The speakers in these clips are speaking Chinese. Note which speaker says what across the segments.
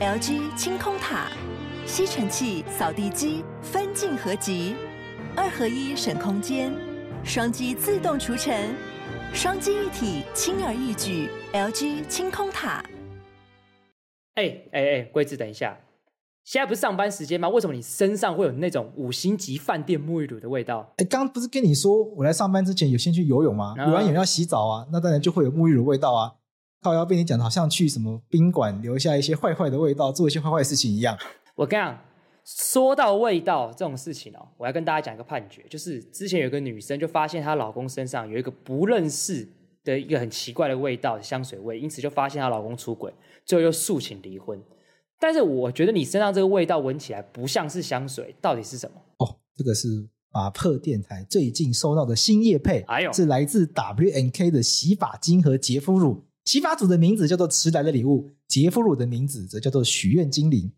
Speaker 1: LG 清空塔、吸尘器、扫地机分镜合集，二合一省空间，双击自动除尘，双击一体轻而易举。LG 清空塔。
Speaker 2: 哎哎哎，龟子，等一下，现在不是上班时间吗？为什么你身上会有那种五星级饭店沐浴乳的味道？
Speaker 3: 哎，刚刚不是跟你说我来上班之前有先去游泳吗？
Speaker 2: 啊
Speaker 3: 游完泳要洗澡啊，那当然就会有沐浴乳味道啊。靠腰被你讲的好像去什么宾馆留下一些坏坏的味道，做一些坏坏事情一样。
Speaker 2: 我跟你讲，说到味道这种事情哦，我要跟大家讲一个判决，就是之前有一个女生就发现她老公身上有一个不认识的一个很奇怪的味道，香水味，因此就发现她老公出轨，最后又诉请离婚。但是我觉得你身上这个味道闻起来不像是香水，到底是什么？
Speaker 3: 哦，这个是马克电台最近收到的新业配，
Speaker 2: 哎呦
Speaker 3: 是来自 W N K 的洗发精和洁肤乳。洗发组的名字叫做“迟来的礼物”，洁肤乳的名字则叫做“许愿精灵”。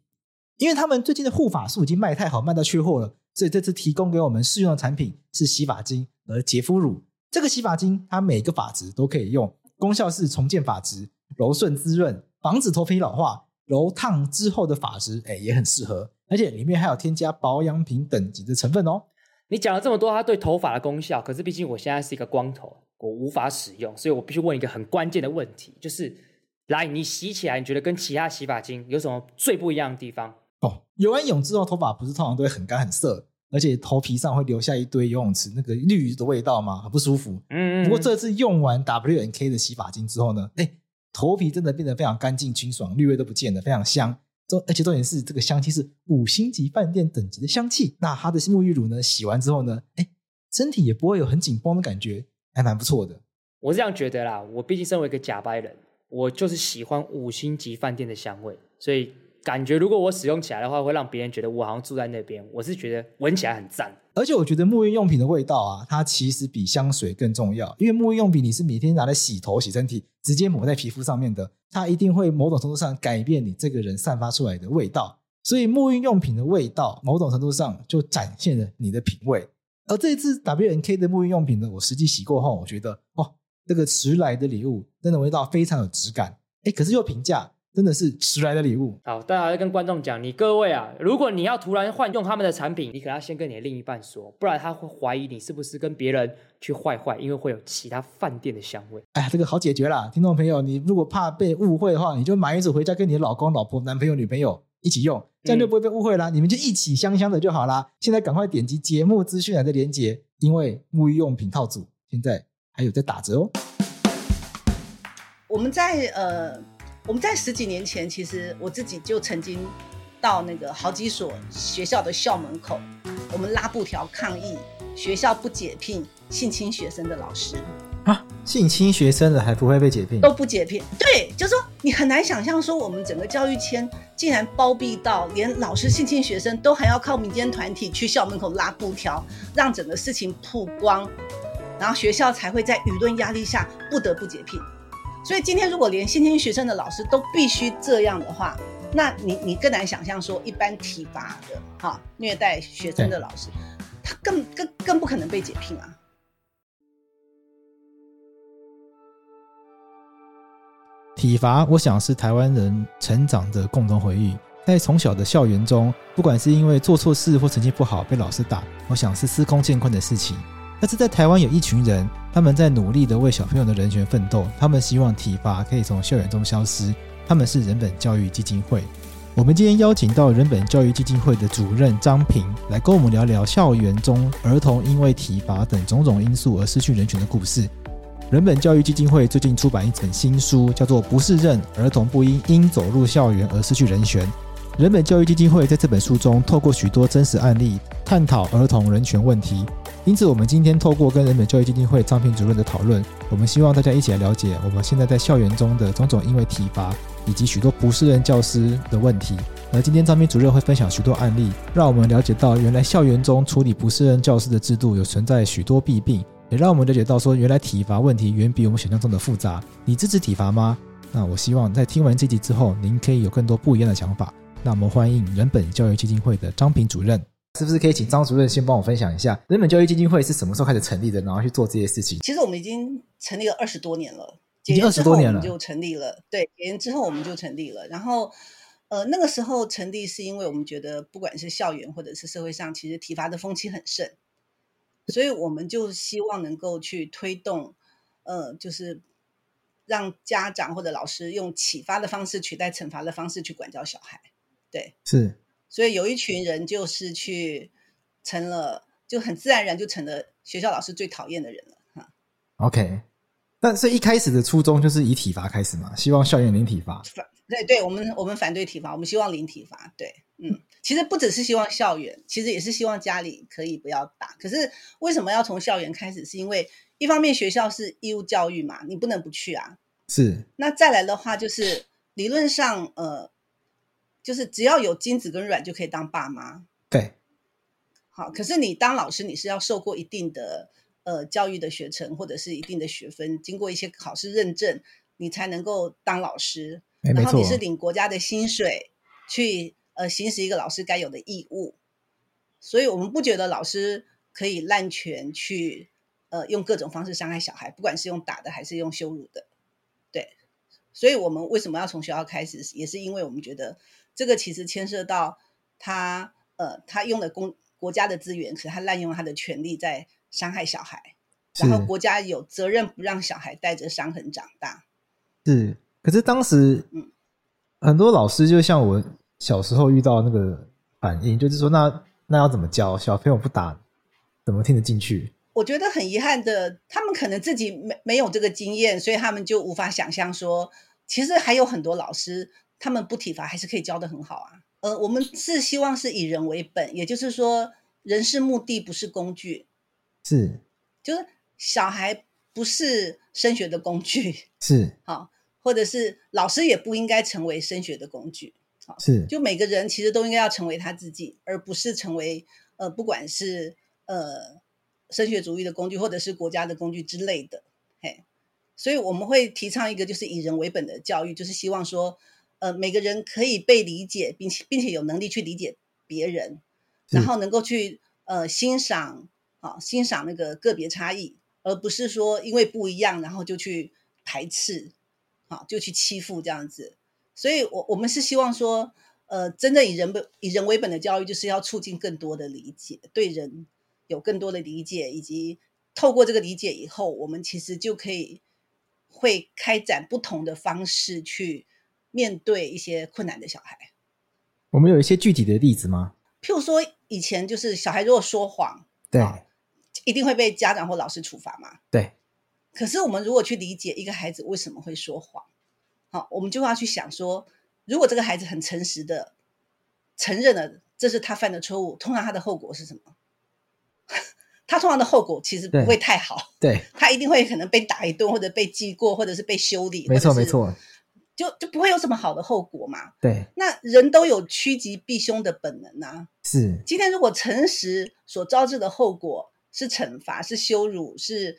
Speaker 3: 因为他们最近的护发素已经卖太好，卖到缺货了，所以这次提供给我们试用的产品是洗发精和洁肤乳。这个洗发精它每个发质都可以用，功效是重建发质、柔顺滋润、防止头皮老化、柔烫之后的发质，哎，也很适合。而且里面还有添加保养品等级的成分哦。
Speaker 2: 你讲了这么多，它对头发的功效，可是毕竟我现在是一个光头，我无法使用，所以我必须问一个很关键的问题，就是来，你洗起来，你觉得跟其他洗发精有什么最不一样的地方？
Speaker 3: 哦，游完泳之后头发不是通常都会很干很涩，而且头皮上会留下一堆游泳池那个绿的味道吗？很不舒服。
Speaker 2: 嗯
Speaker 3: 不过这次用完 W N K 的洗发精之后呢，哎，头皮真的变得非常干净清爽，绿味都不见了，非常香。重而且重点是这个香气是五星级饭店等级的香气。那它的沐浴乳呢，洗完之后呢，哎，身体也不会有很紧绷的感觉，还蛮不错的。
Speaker 2: 我是这样觉得啦，我毕竟身为一个假白人，我就是喜欢五星级饭店的香味，所以感觉如果我使用起来的话，会让别人觉得我好像住在那边，我是觉得闻起来很赞。
Speaker 3: 而且我觉得沐浴用品的味道啊，它其实比香水更重要，因为沐浴用品你是每天拿来洗头、洗身体，直接抹在皮肤上面的，它一定会某种程度上改变你这个人散发出来的味道。所以沐浴用品的味道，某种程度上就展现了你的品味。而这一次 W N K 的沐浴用品呢，我实际洗过后，我觉得哦，这个迟来的礼物真的味道非常有质感，哎，可是又平价，真的是迟来的礼物，
Speaker 2: 好，大家要跟观众讲，你各位啊，如果你要突然换用他们的产品，你可能要先跟你的另一半说，不然他会怀疑你是不是跟别人去坏坏，因为会有其他饭店的香味。
Speaker 3: 哎呀，这个好解决啦，听众朋友，你如果怕被误会的话，你就买一组回家跟你的老公、老婆、男朋友、女朋友一起用，这样就不会被误会啦。你们就一起香香的就好啦。现在赶快点击节目资讯栏的链接，因为沐浴用品套组现在还有在打折哦。
Speaker 4: 我们在呃，我们在十几年前，其实我自己就曾经到那个好几所学校的校门口，我们拉布条抗议学校不解聘性侵学生的老师，
Speaker 3: 啊，性侵学生的还不会被解聘
Speaker 4: 都不解聘。对，就说你很难想象，说我们整个教育圈竟然包庇到连老师性侵学生都还要靠民间团体去校门口拉布条，让整个事情曝光，然后学校才会在舆论压力下不得不解聘。所以今天如果连性侵学生的老师都必须这样的话，那你你更难想象说一般体罚的哈、虐待学生的老师，他更更更不可能被解聘啊。
Speaker 3: 体罚，我想是台湾人成长的共同回忆。在从小的校园中，不管是因为做错事或成绩不好被老师打，我想是司空见惯的事情。但是在台湾有一群人，他们在努力的为小朋友的人权奋斗，他们希望体罚可以从校园中消失。他们是人本教育基金会。我们今天邀请到人本教育基金会的主任张平来跟我们聊聊校园中儿童因为体罚等种种因素而失去人权的故事。人本教育基金会最近出版一本新书，叫做《不是认儿童不因因走入校园而失去人权》。人本教育基金会在这本书中，透过许多真实案例，探讨儿童人权问题。因此，我们今天透过跟人本教育基金会张平主任的讨论，我们希望大家一起来了解我们现在在校园中的种种因为体罚以及许多不适任教师的问题。而今天张斌主任会分享许多案例，让我们了解到原来校园中处理不适任教师的制度有存在许多弊病，也让我们了解到说原来体罚问题远比我们想象中的复杂。你支持体罚吗？那我希望在听完这集之后，您可以有更多不一样的想法。那我们欢迎人本教育基金会的张平主任，是不是可以请张主任先帮我分享一下人本教育基金会是什么时候开始成立的，然后去做这些事情？
Speaker 4: 其实我们已经成立了二十多年了，
Speaker 3: 已
Speaker 4: 解
Speaker 3: 经
Speaker 4: 严
Speaker 3: 20
Speaker 4: 之
Speaker 3: 多
Speaker 4: 后我
Speaker 3: 年
Speaker 4: 们
Speaker 3: 了
Speaker 4: 就成立了。对，解严之后我们就成立了。然后，呃，那个时候成立是因为我们觉得，不管是校园或者是社会上，其实体罚的风气很盛，所以我们就希望能够去推动，呃，就是让家长或者老师用启发的方式取代惩罚的方式去管教小孩。
Speaker 3: 是
Speaker 4: 所以有一群人就是去成了，就很自然而然就成了学校老师最讨厌的人了。哈，
Speaker 3: OK。但是一开始的初衷就是以体罚开始嘛，希望校园零体罚。
Speaker 4: 对对，我们我们反对体罚，我们希望零体罚。对，嗯，其实不只是希望校园，其实也是希望家里可以不要打。可是为什么要从校园开始？是因为一方面学校是义务教育嘛，你不能不去啊。
Speaker 3: 是
Speaker 4: 那再来的话，就是理论上，呃，就是只要有精子跟卵就可以当爸妈。
Speaker 3: 对，
Speaker 4: 好，可是你当老师，你是要受过一定的呃教育的学程，或者是一定的学分，经过一些考试认证，你才能够当老师。
Speaker 3: 哎，没
Speaker 4: 然后
Speaker 3: 错
Speaker 4: 你，是领国家的薪水，去呃行使一个老师该有的义务。所以我们不觉得老师可以滥权去呃用各种方式伤害小孩，不管是用打的还是用羞辱的，对。所以我们为什么要从学校开始，也是因为我们觉得这个其实牵涉到他呃他用了公国家的资源，可是他滥用他的权利在伤害小孩，然后
Speaker 3: 是
Speaker 4: 国家有责任不让小孩带着伤痕长大。
Speaker 3: 是。可是当时
Speaker 4: 嗯
Speaker 3: 很多老师就像我小时候遇到那个反应，就是说那那要怎么教小朋友不打，怎么听得进去？
Speaker 4: 我觉得很遗憾的，他们可能自己没没有这个经验，所以他们就无法想象说，其实还有很多老师，他们不体罚还是可以教的很好啊。呃，我们是希望是以人为本，也就是说，人是目的，不是工具，
Speaker 3: 是
Speaker 4: 就是小孩不是升学的工具，
Speaker 3: 是
Speaker 4: 好，或者是老师也不应该成为升学的工具。
Speaker 3: 是
Speaker 4: 就每个人其实都应该要成为他自己，而不是成为呃，不管是呃升学主义的工具，或者是国家的工具之类的。嘿，所以我们会提倡一个就是以人为本的教育，就是希望说，呃，每个人可以被理解，并且并且有能力去理解别人，
Speaker 3: 是
Speaker 4: 然后能够去呃欣赏啊欣赏那个个别差异，而不是说因为不一样然后就去排斥，啊就去欺负这样子。所以我，我们是希望说，呃，真正以人本以人为本的教育，就是要促进更多的理解，对人有更多的理解，以及透过这个理解以后，我们其实就可以会开展不同的方式去面对一些困难的小孩。
Speaker 3: 我们有一些具体的例子吗？
Speaker 4: 譬如说，以前就是小孩如果说谎，
Speaker 3: 对
Speaker 4: 好一定会被家长或老师处罚嘛。
Speaker 3: 对，
Speaker 4: 可是我们如果去理解一个孩子为什么会说谎，好，我们就要去想说，如果这个孩子很诚实的承认了这是他犯的错误，通常他的后果是什么？ 他通常的后果其实不
Speaker 3: 对
Speaker 4: 会太好，
Speaker 3: 对，
Speaker 4: 他一定会可能被打一顿，或者被记过，或者是被修理。
Speaker 3: 没错
Speaker 4: 或者
Speaker 3: 没
Speaker 4: 是，
Speaker 3: 错，
Speaker 4: 就就不会有什么好的后果嘛。
Speaker 3: 对，
Speaker 4: 那人都有趋吉避凶的本能啊。
Speaker 3: 是
Speaker 4: 今天如果诚实所招致的后果是惩罚、是羞辱、是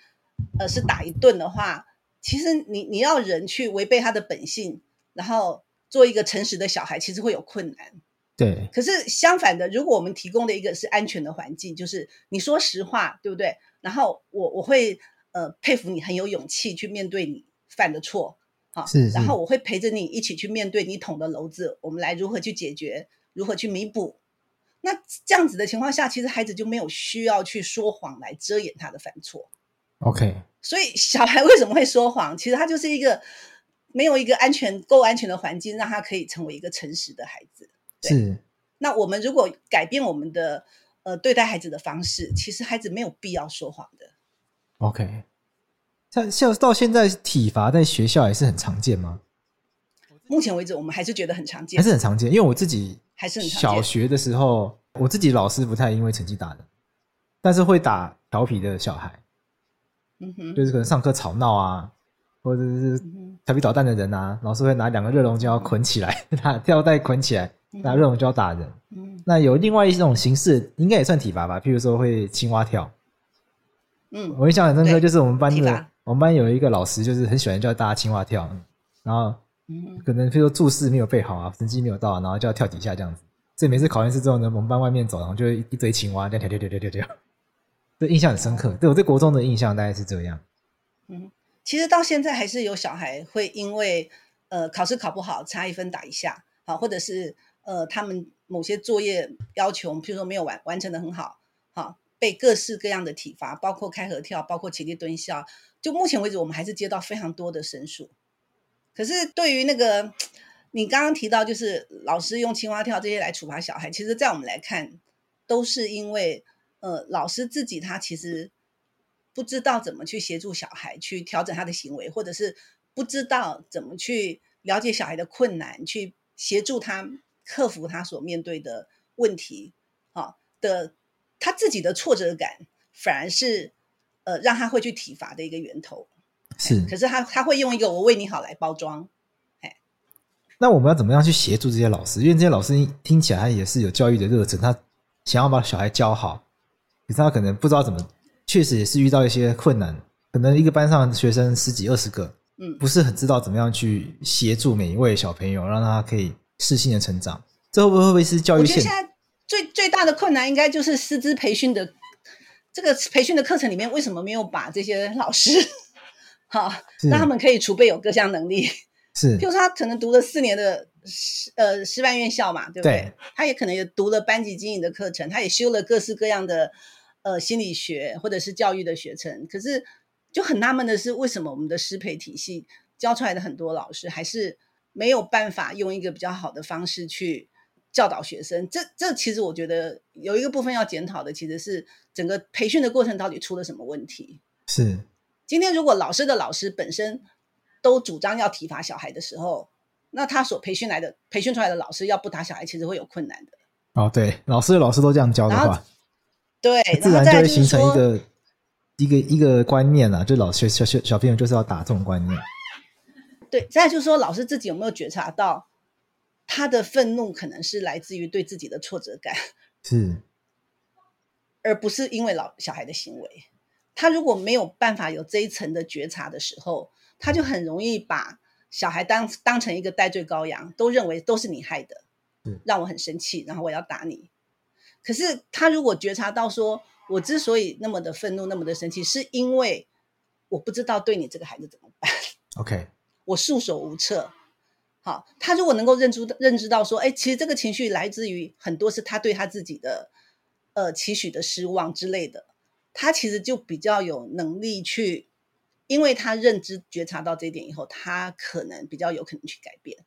Speaker 4: 呃是打一顿的话，其实你你要人去违背他的本性，然后做一个诚实的小孩，其实会有困难。
Speaker 3: 对
Speaker 4: 可是相反的，如果我们提供的一个是安全的环境，就是你说实话，对不对？然后我我会呃佩服你很有勇气去面对你犯的错，好，
Speaker 3: 是是
Speaker 4: 然后我会陪着你一起去面对你捅的篓子，我们来如何去解决，如何去弥补。那这样子的情况下，其实孩子就没有需要去说谎来遮掩他的犯错。
Speaker 3: ，OK，
Speaker 4: 所以小孩为什么会说谎？其实他就是一个没有一个安全够安全的环境，让他可以成为一个诚实的孩子。对
Speaker 3: 是
Speaker 4: 那我们如果改变我们的呃对待孩子的方式，其实孩子没有必要说谎的。
Speaker 3: OK。像像到现在体罚在学校也是很常见吗？
Speaker 4: 目前为止，我们还是觉得很常见，
Speaker 3: 还是很常见，因为我自己
Speaker 4: 还是很常
Speaker 3: 小
Speaker 4: 见。
Speaker 3: 学的时候，我自己老师不太因为成绩打人，但是会打调皮的小孩，
Speaker 4: 嗯哼，
Speaker 3: 就是可能上课吵闹啊，或者是
Speaker 4: 嗯哼
Speaker 3: 调皮捣蛋的人啊，老师会拿两个热熔胶捆起来，拿吊带捆起来，拿热熔胶打人。
Speaker 4: 嗯
Speaker 3: 那有另外一种形式，应该也算体罚吧，譬如说会青蛙跳。
Speaker 4: 嗯
Speaker 3: 我印象很深刻，
Speaker 4: 对
Speaker 3: 就是我们班
Speaker 4: 体
Speaker 3: 的
Speaker 4: 罚
Speaker 3: 我们班有一个老师，就是很喜欢叫大家青蛙跳，嗯然后
Speaker 4: 嗯哼，
Speaker 3: 可能譬如说注释没有背好啊，成绩没有到、啊，然后就要跳几下这样子。所以每次考完试之后呢，我们班外面走廊就会一一堆青蛙，这样跳跳跳跳跳跳，这印象很深刻。对我对国中的印象大概是这样。
Speaker 4: 其实到现在还是有小孩会因为呃考试考不好差一分打一下，好，或者是呃他们某些作业要求，譬如说没有完完成的很好，好被各式各样的体罚，包括开合跳，包括起立蹲下。就目前为止，我们还是接到非常多的申诉。可是对于那个你刚刚提到，就是老师用青蛙跳这些来处罚小孩，其实，在我们来看，都是因为呃老师自己他其实不知道怎么去协助小孩去调整他的行为，或者是不知道怎么去了解小孩的困难，去协助他克服他所面对的问题，好、的他自己的挫折感，反而是呃让他会去体罚的一个源头。
Speaker 3: 是。
Speaker 4: 可是他他会用一个“我为你好”来包装，
Speaker 3: 那我们要怎么样去协助这些老师？因为这些老师听起来他也是有教育的热忱，他想要把小孩教好，可是他可能不知道怎么，确实也是遇到一些困难。可能一个班上的学生十几二十个，
Speaker 4: 嗯
Speaker 3: 不是很知道怎么样去协助每一位小朋友，让他可以适性的成长。这会不会会不会是教
Speaker 4: 我
Speaker 3: 育
Speaker 4: 觉得
Speaker 3: 现
Speaker 4: 现在最最大的困难应该就是师资培训的这个培训的课程里面，为什么没有把这些老师 好
Speaker 3: 是
Speaker 4: 让他们可以储备有各项能力？
Speaker 3: 是
Speaker 4: 譬如说，他可能读了四年的师呃师范院校嘛，对不对？
Speaker 3: 对
Speaker 4: 他也可能也读了班级经营的课程，他也修了各式各样的呃心理学或者是教育的学程。可是就很纳闷的是，为什么我们的师培体系教出来的很多老师还是没有办法用一个比较好的方式去教导学生？这这其实我觉得有一个部分要检讨的，其实是整个培训的过程到底出了什么问题？
Speaker 3: 是
Speaker 4: 今天如果老师的老师本身都主张要体罚小孩的时候，那他所培训来的培训出来的老师要不打小孩，其实会有困难的。
Speaker 3: 哦，对，老师老师都这样教的
Speaker 4: 然后
Speaker 3: 话，哎
Speaker 4: 对，
Speaker 3: 自
Speaker 4: 后
Speaker 3: 然
Speaker 4: 再
Speaker 3: 就
Speaker 4: 来
Speaker 3: 会
Speaker 4: 就是
Speaker 3: 形成一
Speaker 4: 说，
Speaker 3: 个一个一个观念啊，就老学小学小朋友就是要打这种观念。
Speaker 4: 对，再来就是说，老师自己有没有觉察到他的愤怒可能是来自于对自己的挫折感，
Speaker 3: 是
Speaker 4: 而不是因为老小孩的行为。他如果没有办法有这一层的觉察的时候，他就很容易把小孩当当成一个代罪羔羊，都认为都是你害的
Speaker 3: 嗯，
Speaker 4: 让我很生气，然后我要打你。可是他如果觉察到说，我之所以那么的愤怒，那么的生气，是因为我不知道对你这个孩子怎么办，
Speaker 3: OK，
Speaker 4: 我束手无策。好，他如果能够认出认知到说，哎，其实这个情绪来自于很多是他对他自己的呃期许的失望之类的，他其实就比较有能力去，因为他认知觉察到这一点以后，他可能比较有可能去改变。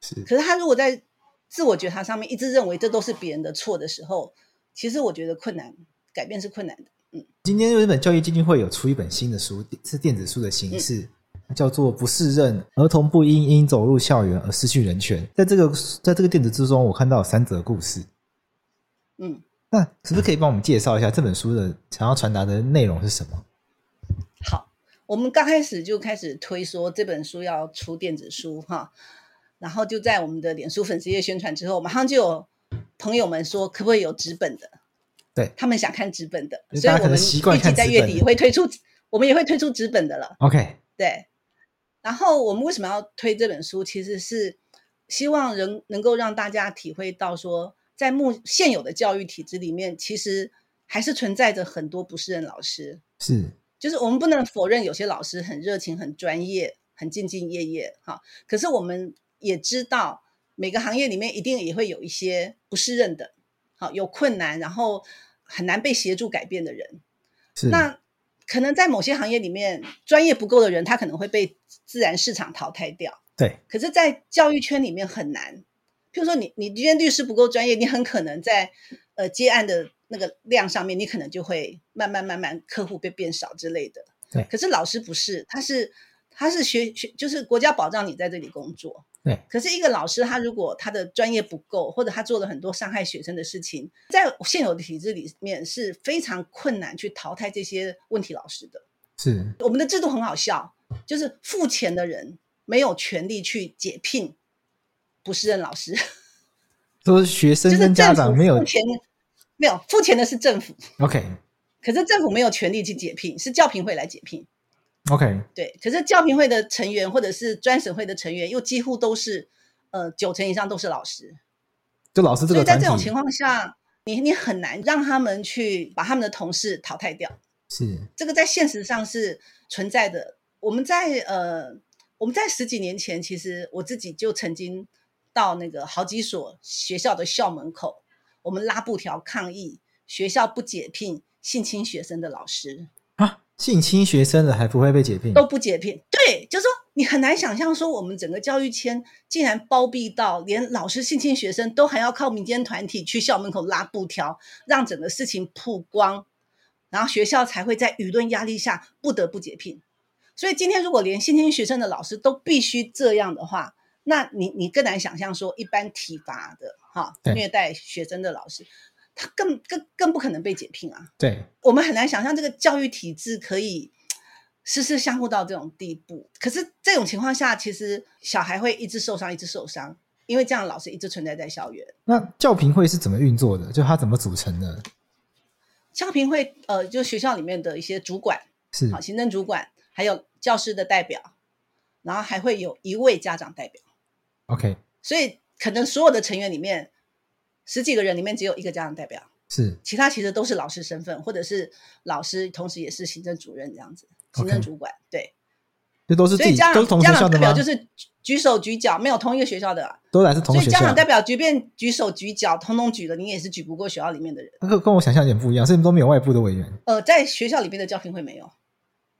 Speaker 3: 是
Speaker 4: 可是他如果在自我觉察上面一直认为这都是别人的错的时候，其实我觉得困难，改变是困难的。
Speaker 3: 今天日本教育基金会有出一本新的书，是电子书的
Speaker 4: 嗯
Speaker 3: 形式，叫做《不适任儿童不因因走入校园而失去人权》。在这个在这个电子书中，我看到有三则故事。
Speaker 4: 嗯，
Speaker 3: 那是不是可以帮我们介绍一下这本书的想要传达的内容是什么？
Speaker 4: 好，我们刚开始就开始推说这本书要出电子书哈，然后就在我们的脸书粉丝页宣传之后，马上就有朋友们说可不可以有纸本的？
Speaker 3: 对
Speaker 4: 他们想看纸本的，
Speaker 3: 就是
Speaker 4: 所以
Speaker 3: 大家
Speaker 4: 我
Speaker 3: 可能
Speaker 4: 们
Speaker 3: 习惯
Speaker 4: 预
Speaker 3: 看
Speaker 4: 计在
Speaker 3: 纸
Speaker 4: 月
Speaker 3: 本
Speaker 4: 底
Speaker 3: 的
Speaker 4: 会推出，我们也会推出纸本的了。
Speaker 3: ？OK，
Speaker 4: 对。然后我们为什么要推这本书？其实是希望能能够让大家体会到说，在目现有的教育体制里面，其实还是存在着很多不是人老师。
Speaker 3: 是
Speaker 4: 就是我们不能否认有些老师很热情、很专业、很兢兢业业哈，可是我们也知道每个行业里面一定也会有一些不适任的，好有困难，然后很难被协助改变的人。
Speaker 3: 是，
Speaker 4: 那可能在某些行业里面，专业不够的人，他可能会被自然市场淘汰掉。
Speaker 3: 对
Speaker 4: 可是，在教育圈里面很难。譬如说你，你今天律师不够专业，你很可能在呃接案的那个量上面，你可能就会慢慢慢慢客户被变少之类的。
Speaker 3: 对
Speaker 4: 可是老师不是，他是他是学学，就是国家保障你在这里工作。
Speaker 3: 对
Speaker 4: 可是一个老师，他如果他的专业不够，或者他做了很多伤害学生的事情，在现有的体制里面是非常困难去淘汰这些问题老师的。
Speaker 3: 是
Speaker 4: 我们的制度很好笑，就是付钱的人没有权利去解聘不是任老师，
Speaker 3: 说学
Speaker 4: 就
Speaker 3: 生
Speaker 4: 是
Speaker 3: 跟家
Speaker 4: 政
Speaker 3: 长
Speaker 4: 府
Speaker 3: 没有
Speaker 4: 付钱，没有付钱的是政府，
Speaker 3: OK
Speaker 4: 可是政府没有权利去解聘，是教评会来解聘。
Speaker 3: OK
Speaker 4: 对，可是教评会的成员或者是专审会的成员又几乎都是，呃，九成以上都是老师，
Speaker 3: 就老师这
Speaker 4: 所
Speaker 3: 个
Speaker 4: 以在
Speaker 3: 团
Speaker 4: 这种
Speaker 3: 体
Speaker 4: 情况下，你你很难让他们去把他们的同事淘汰掉。
Speaker 3: 是
Speaker 4: 这个在现实上是存在的。我们在呃，我们在十几年前，其实我自己就曾经到那个好几所学校的校门口，我们拉布条抗议学校不解聘性侵学生的老师，
Speaker 3: 啊，性侵学生的还不会被解聘？
Speaker 4: 都不解聘。对，就是说你很难想象说我们整个教育圈竟然包庇到连老师性侵学生都还要靠民间团体去校门口拉布条，让整个事情曝光，然后学校才会在舆论压力下不得不解聘。所以今天如果连性侵学生的老师都必须这样的话，那你你更难想象说一般体罚的哈
Speaker 3: 对
Speaker 4: 虐待学生的老师，他更更更不可能被解聘啊。
Speaker 3: 对，
Speaker 4: 我们很难想象这个教育体制可以师师相互到这种地步。可是这种情况下，其实小孩会一直受伤，一直受伤，因为这样的老师一直存在在校园。
Speaker 3: 那教评会是怎么运作的？就它怎么组成的？
Speaker 4: 教评会呃，就学校里面的一些主管，
Speaker 3: 是
Speaker 4: 好，行政主管，还有教师的代表，然后还会有一位家长代表，
Speaker 3: OK，
Speaker 4: 所以可能所有的成员里面，十几个人里面只有一个家长代表，
Speaker 3: 是
Speaker 4: 其他其实都是老师身份，或者是老师，同时也是行政主任这样子，行政
Speaker 3: OK
Speaker 4: 主管对。
Speaker 3: 这都是自
Speaker 4: 所以
Speaker 3: 己
Speaker 4: 家
Speaker 3: 都是
Speaker 4: 长
Speaker 3: 同学
Speaker 4: 家
Speaker 3: 校
Speaker 4: 长
Speaker 3: 的
Speaker 4: 代
Speaker 3: 吗？
Speaker 4: 表就是举举手举脚，没有同一个学校的啊、
Speaker 3: 都来自同
Speaker 4: 所以
Speaker 3: 学
Speaker 4: 家
Speaker 3: 校
Speaker 4: 长代，表即便举手举脚，通通举了，你也是举不过学校里面的人。
Speaker 3: 那个跟我想象有点不一样，所以你们都没有外部的委员。
Speaker 4: 呃，在学校里面的教评会没有，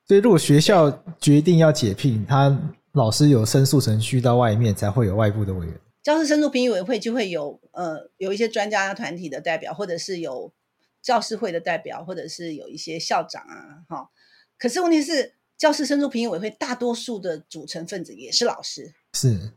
Speaker 3: 所以如果学校决定要解聘，他老师有申诉程序到外面才会有外部的委员。
Speaker 4: 教师深入评议委员会就会有呃有一些专家团体的代表，或者是有教师会的代表，或者是有一些校长啊，哈。可是问题是，教师深入评议委员会大多数的组成分子也是老师，
Speaker 3: 是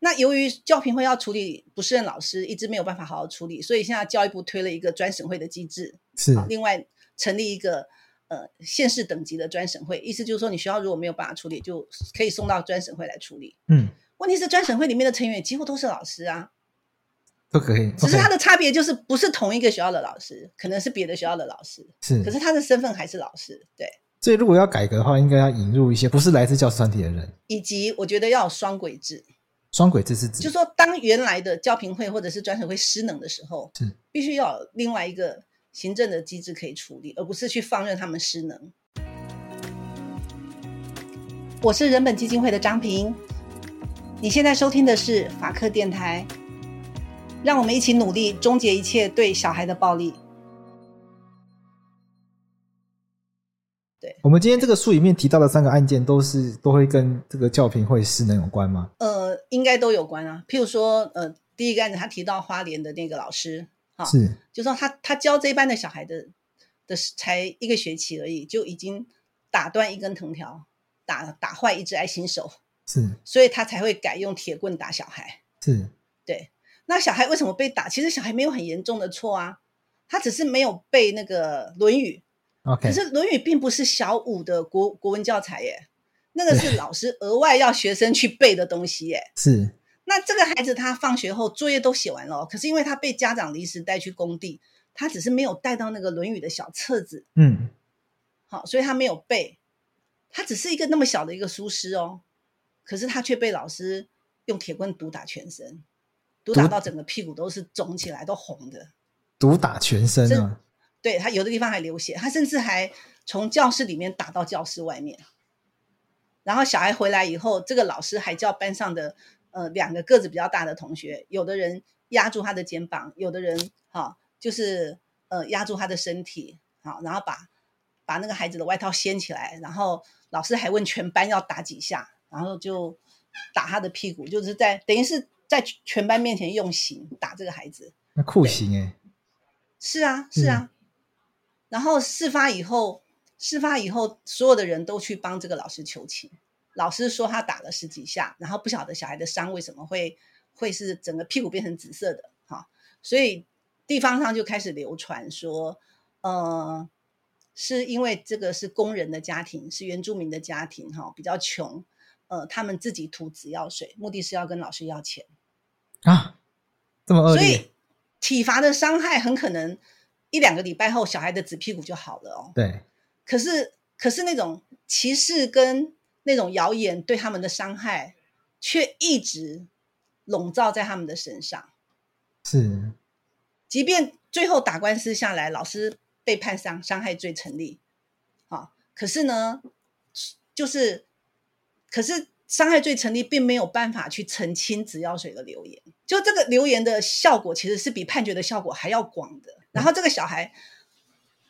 Speaker 4: 那由于教评会要处理不胜任老师，一直没有办法好好处理，所以现在教育部推了一个专审会的机制，
Speaker 3: 是
Speaker 4: 好，另外成立一个呃县市等级的专审会，意思就是说你学校如果没有办法处理，就可以送到专审会来处理。
Speaker 3: 嗯，
Speaker 4: 问题是专审会里面的成员几乎都是老师啊，
Speaker 3: 都可以。
Speaker 4: 只是他
Speaker 3: OK，
Speaker 4: 的差别就是不是同一个学校的老师，可能是别的学校的老师，
Speaker 3: 是
Speaker 4: 可是他的身份还是老师，对。
Speaker 3: 所以如果要改革的话，应该要引入一些不是来自教师团体的人。
Speaker 4: 以及我觉得要有双轨制，
Speaker 3: 双轨制是指
Speaker 4: 就说当原来的教评会或者是专审会失能的时候
Speaker 3: 是，
Speaker 4: 必须要有另外一个行政的机制可以处理，而不是去放任他们失能。我是人本基金会的张平，你现在收听的是法克电台，让我们一起努力终结一切对小孩的暴力。
Speaker 3: 我们今天这个书里面提到的三个案件，都是都会跟这个教评会失能有关吗？
Speaker 4: 呃，应该都有关啊。譬如说，呃，第一个案子他提到花莲的那个老师，啊，
Speaker 3: 是
Speaker 4: 就说他他教这一班的小孩的的时才一个学期而已，就已经打断一根藤条，打打坏一只爱心手，
Speaker 3: 是
Speaker 4: 所以他才会改用铁棍打小孩。
Speaker 3: 是
Speaker 4: 对，那小孩为什么被打？其实小孩没有很严重的错啊，他只是没有背那个《论语》，
Speaker 3: ，OK，
Speaker 4: 可是《论语》并不是小五的国国文教材耶，那个是老师额外要学生去背的东西耶。
Speaker 3: 是
Speaker 4: 那这个孩子他放学后作业都写完了哦，可是因为他被家长临时带去工地，他只是没有带到那个《论语》的小册子，
Speaker 3: 嗯
Speaker 4: 好，所以他没有背，他只是一个那么小的一个书师哦，可是他却被老师用铁棍毒打全身，毒打
Speaker 3: 毒
Speaker 4: 到整个屁股都是肿起来，都红的，
Speaker 3: 毒打全身啊，
Speaker 4: 对他有的地方还流血，他甚至还从教室里面打到教室外面。然后小孩回来以后，这个老师还叫班上的呃两个个子比较大的同学，有的人压住他的肩膀，有的人哈、就是呃压住他的身体，好、然后把把那个孩子的外套掀起来，然后老师还问全班要打几下，然后就打他的屁股，就是在等于是在全班面前用刑打这个孩子。
Speaker 3: 那酷刑哎、
Speaker 4: 是啊，是啊。然后事发以后，事发以后，所有的人都去帮这个老师求情。老师说他打了十几下，然后不晓得小孩的伤为什么会会是整个屁股变成紫色的哈、所以地方上就开始流传说，呃，是因为这个是工人的家庭，是原住民的家庭哈、比较穷，呃，他们自己涂紫药水，目的是要跟老师要钱。
Speaker 3: 啊，这么恶
Speaker 4: 所
Speaker 3: 劣
Speaker 4: 以，体罚的伤害很可能一两个礼拜后，小孩的紫屁股就好了哦。
Speaker 3: 对，
Speaker 4: 可是，可是那种歧视跟那种谣言对他们的伤害，却一直笼罩在他们的身上。
Speaker 3: 是
Speaker 4: 即便最后打官司下来，老师被判伤伤害罪成立，啊，可是呢，就是，可是伤害罪成立，并没有办法去澄清紫药水的留言。就这个留言的效果，其实是比判决的效果还要广
Speaker 3: 嗯
Speaker 4: 的。然后这个小孩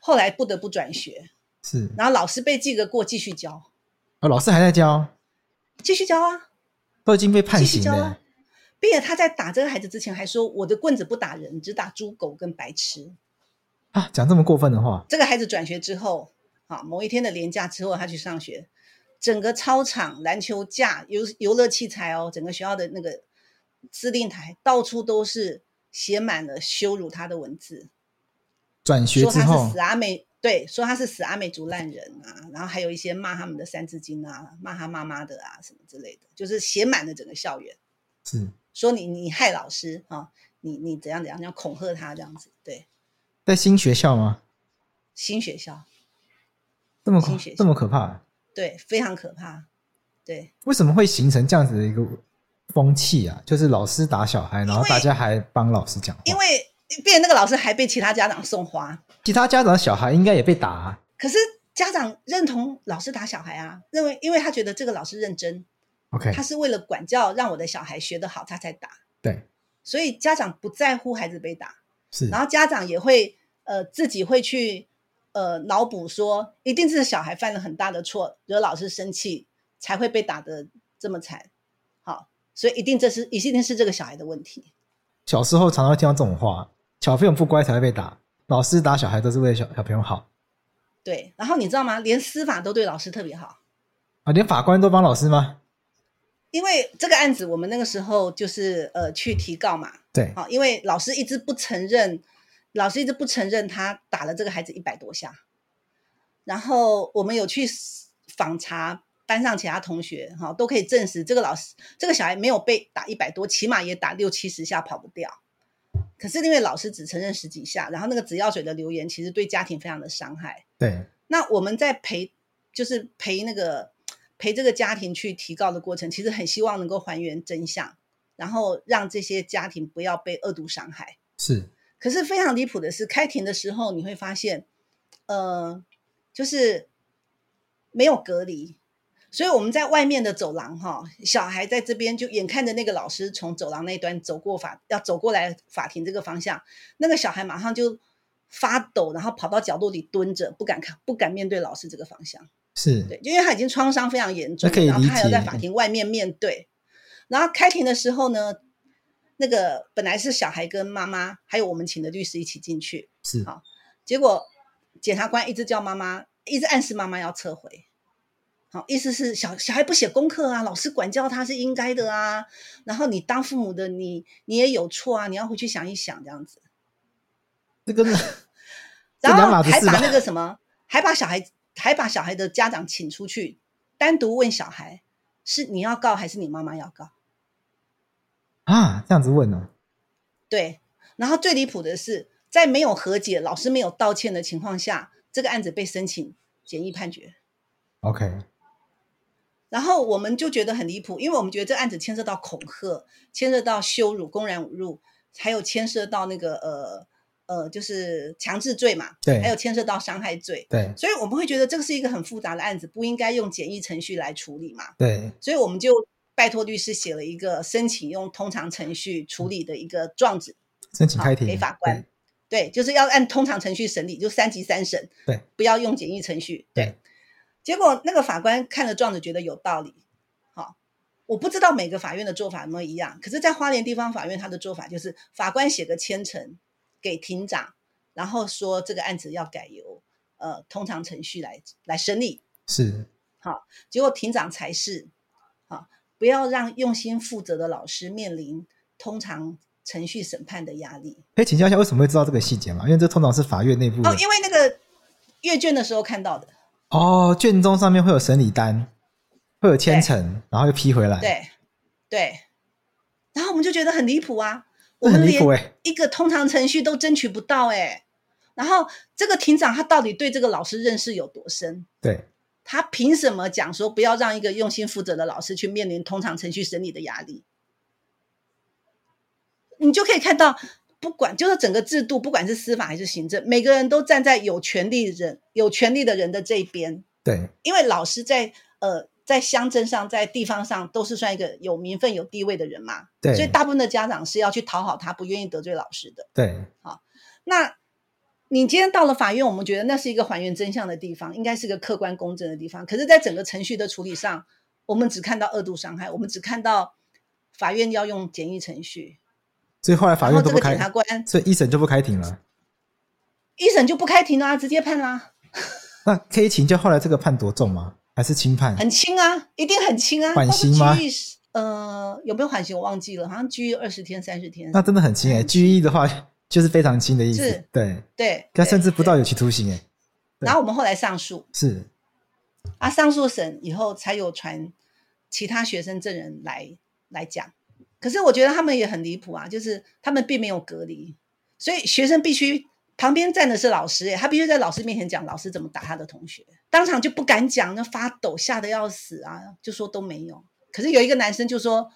Speaker 4: 后来不得不转学，
Speaker 3: 是，
Speaker 4: 然后老师被记个过，继续教，
Speaker 3: 哦，老师还在教，
Speaker 4: 继续教啊，
Speaker 3: 都已经被判
Speaker 4: 继续
Speaker 3: 刑
Speaker 4: 教
Speaker 3: 了
Speaker 4: 啊。。并且他在打这个孩子之前还说：“我的棍子不打人，只打猪狗跟白痴。
Speaker 3: 啊，讲这么过分的话”，
Speaker 4: 这个孩子转学之后，啊，某一天的连假之后，他去上学，整个操场、篮球架、游游乐器材哦，整个学校的那个司令台到处都是写满了羞辱他的文字。
Speaker 3: 转学
Speaker 4: 说
Speaker 3: 之
Speaker 4: 他
Speaker 3: 后
Speaker 4: 是死阿啊美，对，说他是死阿美族烂人啊，然后还有一些骂他们的三字经啊，骂他妈妈的啊，什么之类的，就是写满了整个校园，
Speaker 3: 是，
Speaker 4: 说你你害老师啊，你你怎样怎样，这样恐吓他这样子，对，
Speaker 3: 在新学校吗？
Speaker 4: 新学校，
Speaker 3: 这么可
Speaker 4: 新学校
Speaker 3: 这么可怕，啊
Speaker 4: 对，非常可怕，对，
Speaker 3: 为什么会形成这样子的一个风气啊？就是老师打小孩，然后大家还帮老师讲话，
Speaker 4: 因为变成那个老师还被其他家长送花，
Speaker 3: 其他家长的小孩应该也被打、啊，
Speaker 4: 可是家长认同老师打小孩啊，认为因为他觉得这个老师认真，
Speaker 3: OK，
Speaker 4: 他是为了管教让我的小孩学得好，他才打，
Speaker 3: 对，
Speaker 4: 所以家长不在乎孩子被打。
Speaker 3: 是
Speaker 4: 然后家长也会呃自己会去呃脑补说，一定是小孩犯了很大的错，惹老师生气才会被打得这么惨。好，所以一定这是一定是这个小孩的问题。
Speaker 3: 小时候常常会听到这种话，小朋友不乖才会被打，老师打小孩都是为了小小朋友好
Speaker 4: 对，然后你知道吗？连司法都对老师特别好，
Speaker 3: 啊，连法官都帮老师吗？
Speaker 4: 因为这个案子我们那个时候就是呃去提告嘛，
Speaker 3: 对，
Speaker 4: 好，因为老师一直不承认，老师一直不承认他打了这个孩子一百多下。然后我们有去 s- 访查班上其他同学，哈，都可以证实这个老师这个小孩没有被打一百多，起码也打六七十下跑不掉。可是因为老师只承认十几下，然后那个紫药水的留言其实对家庭非常的伤害。
Speaker 3: 对，
Speaker 4: 那我们在陪，就是陪那个陪这个家庭去提告的过程，其实很希望能够还原真相，然后让这些家庭不要被恶毒伤害。
Speaker 3: 是
Speaker 4: 可是非常离谱的是，开庭的时候你会发现，呃，就是没有隔离，所以我们在外面的走廊哈，小孩在这边就眼看着那个老师从走廊那端走过法，要走过来法庭这个方向，那个小孩马上就发抖，然后跑到角落里蹲着，不敢看，不敢面对老师这个方向。
Speaker 3: 是，
Speaker 4: 对，就因为他已经创伤非常严重
Speaker 3: 那可
Speaker 4: 了，
Speaker 3: 以
Speaker 4: 然后
Speaker 3: 理
Speaker 4: 他还要在
Speaker 3: 解
Speaker 4: 法庭外面面对。然后开庭的时候呢，那个本来是小孩跟妈妈还有我们请的律师一起进去，
Speaker 3: 是
Speaker 4: 好结果检察官一直叫妈妈，一直暗示妈妈要撤回。好，意思是小小孩不写功课啊，老师管教他是应该的啊。然后你当父母的你，你也有错啊，你要回去想一想这样子。
Speaker 3: 这 个这
Speaker 4: 然
Speaker 3: 两码
Speaker 4: 后
Speaker 3: 子
Speaker 4: 还
Speaker 3: 事吧
Speaker 4: 把那个什么，还把小孩，还把小孩的家长请出去，单独问小孩，是你要告还是你妈妈要告？
Speaker 3: 啊，这样子问哦、
Speaker 4: 对。然后最离谱的是，在没有和解、老师没有道歉的情况下，这个案子被申请简易判决。
Speaker 3: o k
Speaker 4: 然后我们就觉得很离谱，因为我们觉得这案子牵涉到恐吓、牵涉到羞辱、公然侮辱，还有牵涉到那个呃呃，就是强制罪嘛，
Speaker 3: 对
Speaker 4: 还有牵涉到伤害罪。
Speaker 3: 对
Speaker 4: 所以我们会觉得这个是一个很复杂的案子，不应该用简易程序来处理嘛。
Speaker 3: 对，
Speaker 4: 所以我们就拜托律师写了一个申请用通常程序处理的一个状子，
Speaker 3: 申请
Speaker 4: 好
Speaker 3: 开庭
Speaker 4: 给法官对，就是要按通常程序审理，就三级三审，
Speaker 3: 对，
Speaker 4: 不要用简易程序。
Speaker 3: 对
Speaker 4: 结果那个法官看了状子，觉得有道理。好，我不知道每个法院的做法有没有一样，可是，在花莲地方法院，他的做法就是法官写个签呈给庭长，然后说这个案子要改由呃通常程序来来审理。
Speaker 3: 是
Speaker 4: 结果庭长才是，啊，不要让用心负责的老师面临通常程序审判的压力。
Speaker 3: 可以哎请教一下为什么会知道这个细节吗？因为这通常是法院内部的
Speaker 4: 哦，因为那个阅卷的时候看到的，
Speaker 3: 哦卷宗上面会有审理单，会有签呈，然后又批回来，，
Speaker 4: 对，对。然后我们就觉得很离谱啊，我
Speaker 3: 这很
Speaker 4: 们
Speaker 3: 离
Speaker 4: 连
Speaker 3: 谱哎，
Speaker 4: 一个通常程序都争取不到哎、然后这个庭长他到底对这个老师认识有多深？
Speaker 3: 对，
Speaker 4: 他凭什么讲说不要让一个用心负责的老师去面临通常程序审理的压力？你就可以看到，不管就是整个制度，不管是司法还是行政，每个人都站在有权利人、有权利的人的这一边。
Speaker 3: 对，
Speaker 4: 因为老师在呃在乡镇上、在地方上都是算一个有名分、有地位的人嘛，
Speaker 3: 对
Speaker 4: 所以大部分的家长是要去讨好他，不愿意得罪老师的。
Speaker 3: 对，
Speaker 4: 那你今天到了法院，我们觉得那是一个还原真相的地方，应该是个客观公正的地方。可是，在整个程序的处理上，我们只看到二度伤害，我们只看到法院要用简易程序，
Speaker 3: 所以后来法
Speaker 4: 然后
Speaker 3: 院都
Speaker 4: 这
Speaker 3: 不
Speaker 4: 个
Speaker 3: 开
Speaker 4: 检，察官
Speaker 3: 所以一审就不开庭了。
Speaker 4: 一审就不开庭啦、啊直接判啦、
Speaker 3: 那 K 琴就后来这个判多重吗？还是轻判？
Speaker 4: 很轻啊，一定很轻啊，
Speaker 3: 缓
Speaker 4: 包括
Speaker 3: 刑吗
Speaker 4: 拘役是？呃，有没有缓刑我忘记了，好像拘役二十天、三十天。
Speaker 3: 那真的很轻哎、拘役的话就是非常轻的意思
Speaker 4: 是，
Speaker 3: 对，
Speaker 4: 对，
Speaker 3: 他
Speaker 4: 对
Speaker 3: 甚至不到
Speaker 4: 对
Speaker 3: 有期徒刑哎、
Speaker 4: 然后我们后来上诉，
Speaker 3: 是
Speaker 4: 啊，上诉审以后才有传其他学生证人来来讲。可是我觉得他们也很离谱啊，就是他们并没有隔离，所以学生必须旁边站的是老师、欸，他必须在老师面前讲老师怎么打他的同学，当场就不敢讲，那发抖，吓得要死啊，就说都没有。可是有一个男生就说，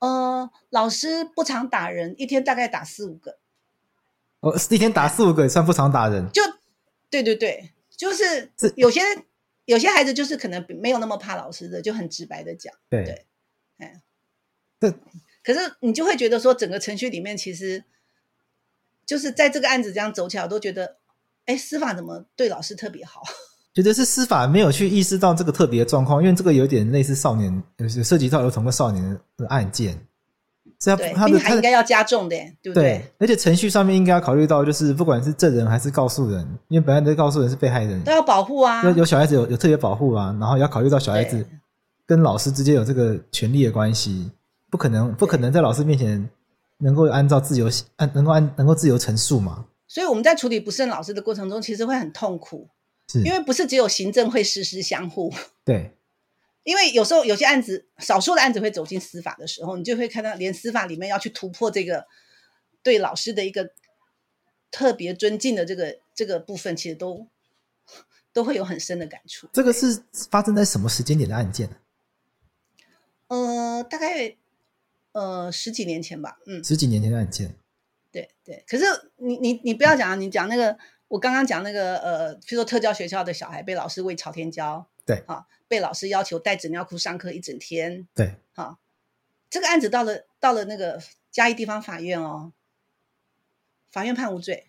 Speaker 4: 呃，老师不常打人，一天大概打四五个。
Speaker 3: 哦，一天打四五个也算不常打人，
Speaker 4: 就对对对，就是
Speaker 3: 是
Speaker 4: 有些有些孩子就是可能没有那么怕老师的，就很直白的讲。
Speaker 3: 对
Speaker 4: 对哎，
Speaker 3: 这
Speaker 4: 可是你就会觉得说，整个程序里面其实就是在这个案子这样走起来，我都觉得，哎，司法怎么对老师特别好？
Speaker 3: 觉得是司法没有去意识到这个特别的状况，因为这个有点类似少年，有有涉及到儿童跟少年的案件，所以
Speaker 4: 对，
Speaker 3: 他他
Speaker 4: 并
Speaker 3: 的
Speaker 4: 还应
Speaker 3: 他的
Speaker 4: 该要加重的，对不
Speaker 3: 对？，而且程序上面应该要考虑到，就是不管是证人还是告诉人，因为本来的告诉人是被害人
Speaker 4: 都，要保护啊
Speaker 3: 有。有小孩子有有特别保护啊，然后也要考虑到小孩子
Speaker 4: 对
Speaker 3: 跟老师之间有这个权利的关系，不可能不可能在老师面前能够按照自由按能够按能够自由陈述嘛，
Speaker 4: 所以我们在处理不胜老师的过程中，其实会很痛苦，
Speaker 3: 是
Speaker 4: 因为不是只有行政会实施 相互。
Speaker 3: 对
Speaker 4: 因为有时候有些案子，少数的案子会走进司法的时候，你就会看到，连司法里面要去突破这个对老师的一个特别尊敬的这个这个部分，其实都都会有很深的感触。
Speaker 3: 这个是发生在什么时间点的案件啊？
Speaker 4: 呃，大概呃十几年前吧，嗯，
Speaker 3: 十几年前的案件，
Speaker 4: 对对。可是你你你不要讲啊，你讲那个我刚刚讲那个呃，比如说特教学校的小孩被老师喂朝天椒，
Speaker 3: 对
Speaker 4: 啊，被老师要求带纸尿裤上课一整天，
Speaker 3: 对。
Speaker 4: 这个案子到了到了那个嘉义地方法院哦，法院判无罪，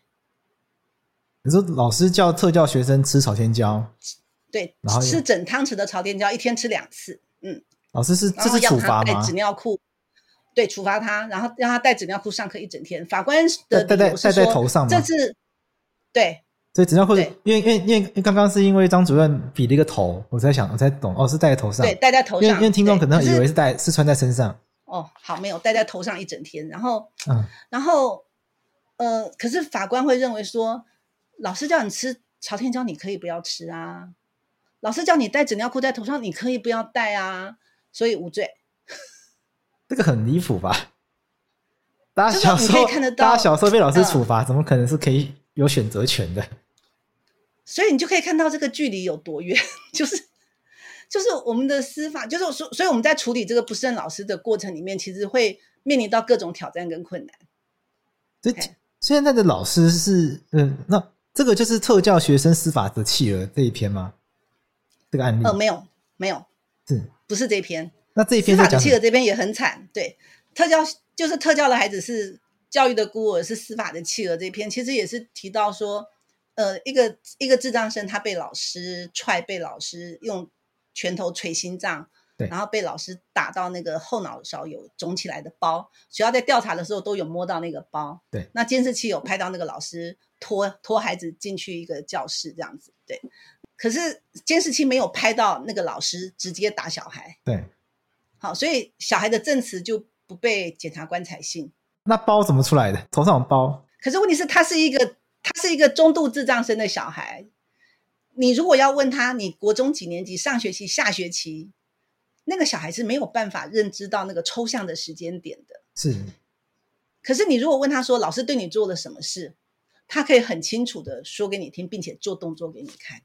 Speaker 3: 你说老师叫特教学生吃朝天椒，
Speaker 4: 对
Speaker 3: 然后，呢
Speaker 4: 是整汤匙的朝天椒，一天吃两次，嗯，
Speaker 3: 老师是
Speaker 4: 然
Speaker 3: 这
Speaker 4: 后
Speaker 3: 是
Speaker 4: 要
Speaker 3: 处
Speaker 4: 他
Speaker 3: 罚
Speaker 4: 带
Speaker 3: 吗？
Speaker 4: 纸尿裤，对，处罚他，然后让他带纸尿裤上课一整天。法官
Speaker 3: 戴戴
Speaker 4: 的
Speaker 3: 在
Speaker 4: 理由是
Speaker 3: 戴在
Speaker 4: 说
Speaker 3: 头上吗
Speaker 4: 这次对
Speaker 3: 所以只要或者
Speaker 4: 对
Speaker 3: 因为因为因为因为刚刚是因为张主任比了一个头，我才想我才懂哦，是戴在头上。
Speaker 4: 对戴在头
Speaker 3: 因为
Speaker 4: 上，
Speaker 3: 因为听众
Speaker 4: 对
Speaker 3: 可能以为
Speaker 4: 是
Speaker 3: 是戴是穿在身上，
Speaker 4: 哦，好，没有戴在头上一整天，然后
Speaker 3: 嗯，
Speaker 4: 然后，呃，可是法官会认为说，老师叫你吃朝天椒，你可以不要吃啊；老师叫你戴纸尿裤在头上，你可以不要戴啊，所以无罪。
Speaker 3: 这个很离谱吧？大家
Speaker 4: 就是
Speaker 3: 小时
Speaker 4: 你
Speaker 3: 候
Speaker 4: 可以看得到
Speaker 3: 大家小时候被老师
Speaker 4: 嗯
Speaker 3: 处罚，怎么可能是可以有选择权的？
Speaker 4: 所以你就可以看到这个距离有多远， 就是就是我们的司法，就是所所以我们在处理这个不胜老师的过程里面，其实会面临到各种挑战跟困难。
Speaker 3: 所以
Speaker 4: 对
Speaker 3: 现在的老师是嗯，那这个就是特教学生司法的弃儿这一篇吗？这个案例
Speaker 4: 呃，没有没有，
Speaker 3: 是
Speaker 4: 不是这篇，
Speaker 3: 那这一
Speaker 4: 司
Speaker 3: 篇在
Speaker 4: 法
Speaker 3: 讲
Speaker 4: 的
Speaker 3: 什
Speaker 4: 妻
Speaker 3: 么
Speaker 4: 儿这边也很惨，对，特教就是特教的孩子是教育的孤儿，是司法的弃儿这篇，其实也是提到说，呃，一个一个智障生他被老师踹，被老师用拳头捶心脏，
Speaker 3: 对
Speaker 4: 然后被老师打到那个后脑勺有肿起来的包，学校在调查的时候都有摸到那个包，
Speaker 3: 对，
Speaker 4: 那监视器有拍到那个老师拖拖孩子进去一个教室这样子，对，可是监视器没有拍到那个老师直接打小孩。
Speaker 3: 对，
Speaker 4: 好，所以小孩的证词就不被检察官采信。
Speaker 3: 那包怎么出来的？头上有包，
Speaker 4: 可是问题是，他是一个他是一个中度智障生的小孩，你如果要问他，你国中几年级、上学期、下学期，那个小孩是没有办法认知到那个抽象的时间点的。
Speaker 3: 是
Speaker 4: 可是你如果问他说，老师对你做了什么事，他可以很清楚的说给你听，并且做动作给你看。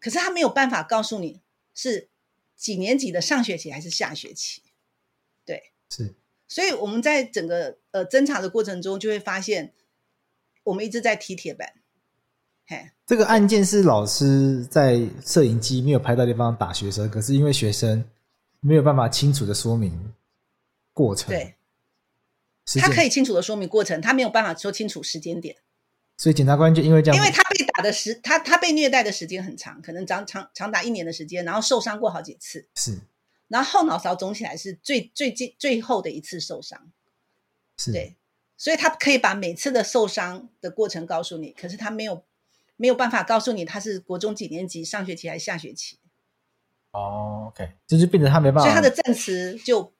Speaker 4: 可是他没有办法告诉你是几年级的上学期还是下学期。
Speaker 3: 是，
Speaker 4: 所以我们在整个呃侦查的过程中，就会发现我们一直在踢铁板，嘿，
Speaker 3: 这个案件是老师在摄影机没有拍到地方打学生，可是因为学生没有办法清楚的说明过程，
Speaker 4: 对，
Speaker 3: 时
Speaker 4: 他
Speaker 3: 间
Speaker 4: 可以，清楚的说明过程，他没有办法说清楚时间点，
Speaker 3: 所以检察官就因为这样，
Speaker 4: 因为他被打的时，他他被虐待的时间很长，可能长长长达一年的时间，然后受伤过好几次，
Speaker 3: 是
Speaker 4: 然后后脑勺肿起来是最最近最后的一次受伤，
Speaker 3: 是
Speaker 4: 对，所以他可以把每次的受伤的过程告诉你，可是他没有没有办法告诉你他是国中几年级，上学期还是下学期，
Speaker 3: 哦，OK，就是变成他没办
Speaker 4: 所
Speaker 3: 法，
Speaker 4: 以他的证词就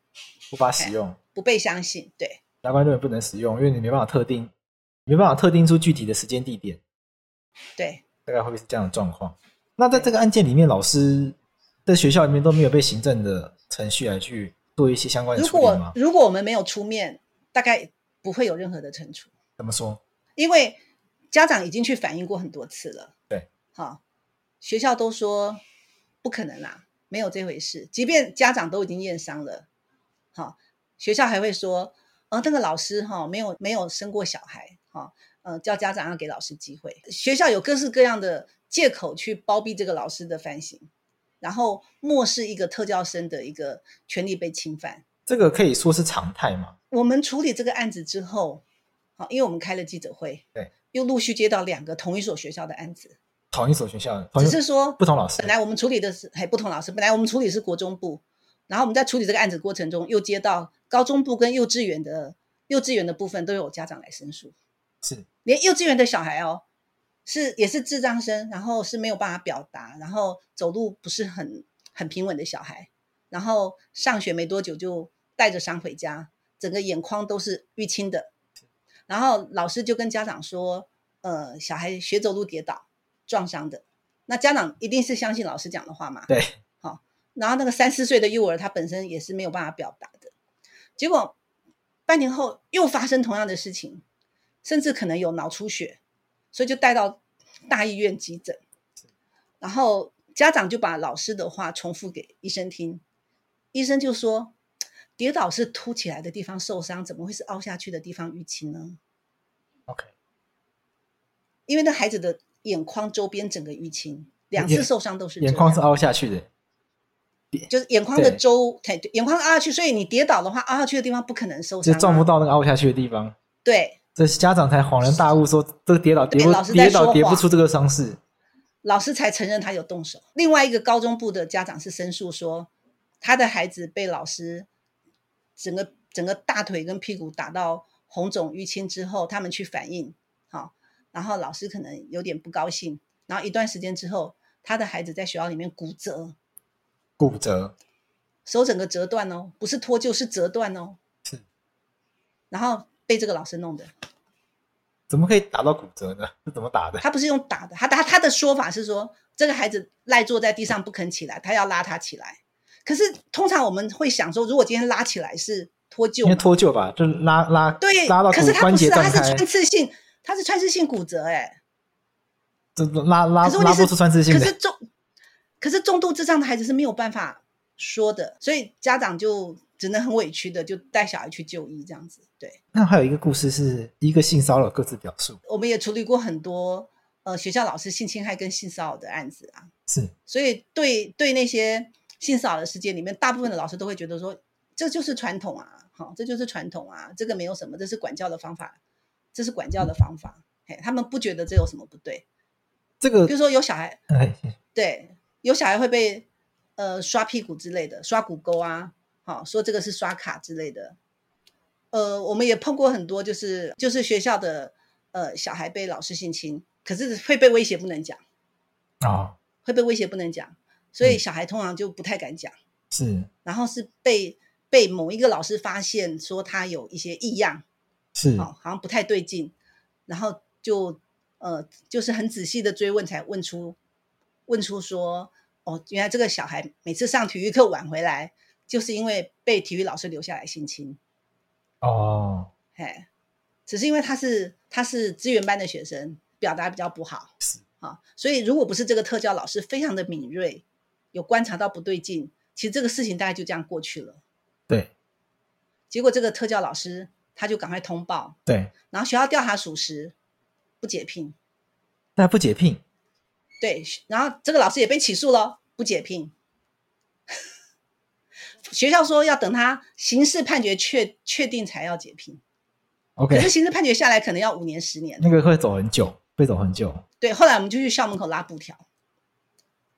Speaker 3: 无法使用，
Speaker 4: 不被相信，对。
Speaker 3: 检察官认为不能使用，因为你没办法特定，没办法特定出具体的时间地点，
Speaker 4: 对，
Speaker 3: 大概会不会是这样的状况？那在这个案件里面，老师在学校里面都没有被行政的程序来去做一些相关的
Speaker 4: 如
Speaker 3: 处理
Speaker 4: 果
Speaker 3: 吗？
Speaker 4: 如果我们没有出面，大概不会有任何的惩处，
Speaker 3: 怎么说？
Speaker 4: 因为家长已经去反映过很多次了。
Speaker 3: 对，
Speaker 4: 好、学校都说不可能啦，没有这回事。即便家长都已经验伤了，好、学校还会说，呃，那个老师哈、没有没有生过小孩，哈、呃，叫家长要给老师机会。学校有各式各样的借口去包庇这个老师的反省，然后漠视一个特教生的一个权利被侵犯。
Speaker 3: 这个可以说是常态嘛？
Speaker 4: 我们处理这个案子之后，好，因为我们开了记者会，
Speaker 3: 对，
Speaker 4: 又陆续接到两个同一所学校的案子，
Speaker 3: 同一所学校，同一
Speaker 4: 只是说
Speaker 3: 不同老师
Speaker 4: 本来我们处理的是还不同老师，本来我们处理是国中部，然后我们在处理这个案子过程中，又接到高中部跟幼稚园的幼稚园的部分都有家长来申诉，
Speaker 3: 是
Speaker 4: 连幼稚园的小孩哦，是也是智障生，然后是没有办法表达，然后走路不是很很平稳的小孩，然后上学没多久就带着伤回家，整个眼眶都是淤青的。然后老师就跟家长说，呃，小孩学走路跌倒撞伤的，那家长一定是相信老师讲的话嘛？
Speaker 3: 对，
Speaker 4: 然后那个三四岁的幼儿他本身也是没有办法表达的，结果半年后又发生同样的事情，甚至可能有脑出血，所以就带到大医院急诊，然后家长就把老师的话重复给医生听，医生就说跌倒是凸起来的地方受伤，怎么会是凹下去的地方淤青呢？
Speaker 3: OK，
Speaker 4: 因为那孩子的眼眶周边整个淤青，两
Speaker 3: 眼
Speaker 4: 次受伤都是这
Speaker 3: 眼眶
Speaker 4: 样
Speaker 3: 是凹下去的，
Speaker 4: 就是眼眶的
Speaker 3: 对
Speaker 4: 周，对对眼眶凹下去，所以你跌倒的话，凹下去的地方不可能受
Speaker 3: 就
Speaker 4: 伤、啊
Speaker 3: 撞不。到那个凹下去的地方。
Speaker 4: 对，
Speaker 3: 这家长才恍然大悟说，这个跌 倒跌
Speaker 4: 哎对老
Speaker 3: 不
Speaker 4: 师在
Speaker 3: 跌
Speaker 4: 说
Speaker 3: 倒跌不
Speaker 4: 谎
Speaker 3: 出这个伤势，
Speaker 4: 老师才承认他有动手。另外一个高中部的家长是申诉说，他的孩子被老师整个整个大腿跟屁股打到红肿淤青之后，他们去反映，好、然后老师可能有点不高兴，然后一段时间之后，他的孩子在学校里面骨折，
Speaker 3: 骨折
Speaker 4: 手整个折断哦，不是脱臼是折断哦，
Speaker 3: 是，
Speaker 4: 然后被这个老师弄的。
Speaker 3: 怎么可以打到骨折呢？ 是怎么打的？
Speaker 4: 他不是用打的，他他他的说法是说，这个孩子赖坐在地上不肯起来，他要拉他起来。可是通常我们会想说，如果今天拉起来是脱臼
Speaker 3: 因
Speaker 4: 嘛，
Speaker 3: 为脱臼吧，就是拉拉
Speaker 4: 对，
Speaker 3: 拉到
Speaker 4: 可是
Speaker 3: 骨
Speaker 4: 他
Speaker 3: 关
Speaker 4: 不
Speaker 3: 节
Speaker 4: 是啊，
Speaker 3: 断
Speaker 4: 他
Speaker 3: 开
Speaker 4: 是，穿刺性，他是穿刺性骨折、欸，哎，
Speaker 3: 这拉拉
Speaker 4: 可是问题
Speaker 3: 拉
Speaker 4: 是
Speaker 3: 不出穿刺性
Speaker 4: 可是
Speaker 3: 的，
Speaker 4: 重，可是重度智障的孩子是没有办法说的，所以家长就只能很委屈的就带小孩去就医这样子，对。
Speaker 3: 那还有一个故事是一个性骚扰各自表述，
Speaker 4: 我们也处理过很多呃学校老师性侵害跟性骚扰的案子啊，
Speaker 3: 是
Speaker 4: 所以对对那些性骚扰的事件里面，大部分的老师都会觉得说，这就是传统啊，好、这就是传统啊，这个没有什么，这是管教的方法，这是管教的方法，嘿，他们不觉得这有什么不对。
Speaker 3: 这个
Speaker 4: 比如说有小孩，
Speaker 3: 哎
Speaker 4: 对，有小孩会被呃刷屁股之类的，刷骨沟啊，好、说这个是刷卡之类的。呃，我们也碰过很多，就是就是学校的呃小孩被老师性侵，可是会被威胁不能讲，
Speaker 3: 哦
Speaker 4: 会被威胁不能讲，所以
Speaker 3: 嗯
Speaker 4: 小孩通常就不太敢讲，
Speaker 3: 是
Speaker 4: 然后是被被某一个老师发现说他有一些异样，
Speaker 3: 是
Speaker 4: 哦，好像不太对劲，然后就呃，就是很仔细的追问，才问出问出说，哦，原来这个小孩每次上体育课晚回来，就是因为被体育老师留下来性侵，
Speaker 3: 哦
Speaker 4: 哎，只是因为他是他是资源班的学生，表达比较不好，
Speaker 3: 是
Speaker 4: 啊、所以如果不是这个特教老师非常的敏锐，有观察到不对劲，其实这个事情大概就这样过去了。
Speaker 3: 对
Speaker 4: 结果这个特教老师他就赶快通报，
Speaker 3: 对
Speaker 4: 然后学校调查属实，不解聘。
Speaker 3: 那不解聘，
Speaker 4: 对，然后这个老师也被起诉了，不解聘。学校说要等他刑事判决确确定才要解聘，可
Speaker 3: OK，
Speaker 4: 是刑事判决下来可能要五年十年。
Speaker 3: 那个会走很久，会走很久。
Speaker 4: 对，后来我们就去校门口拉布条，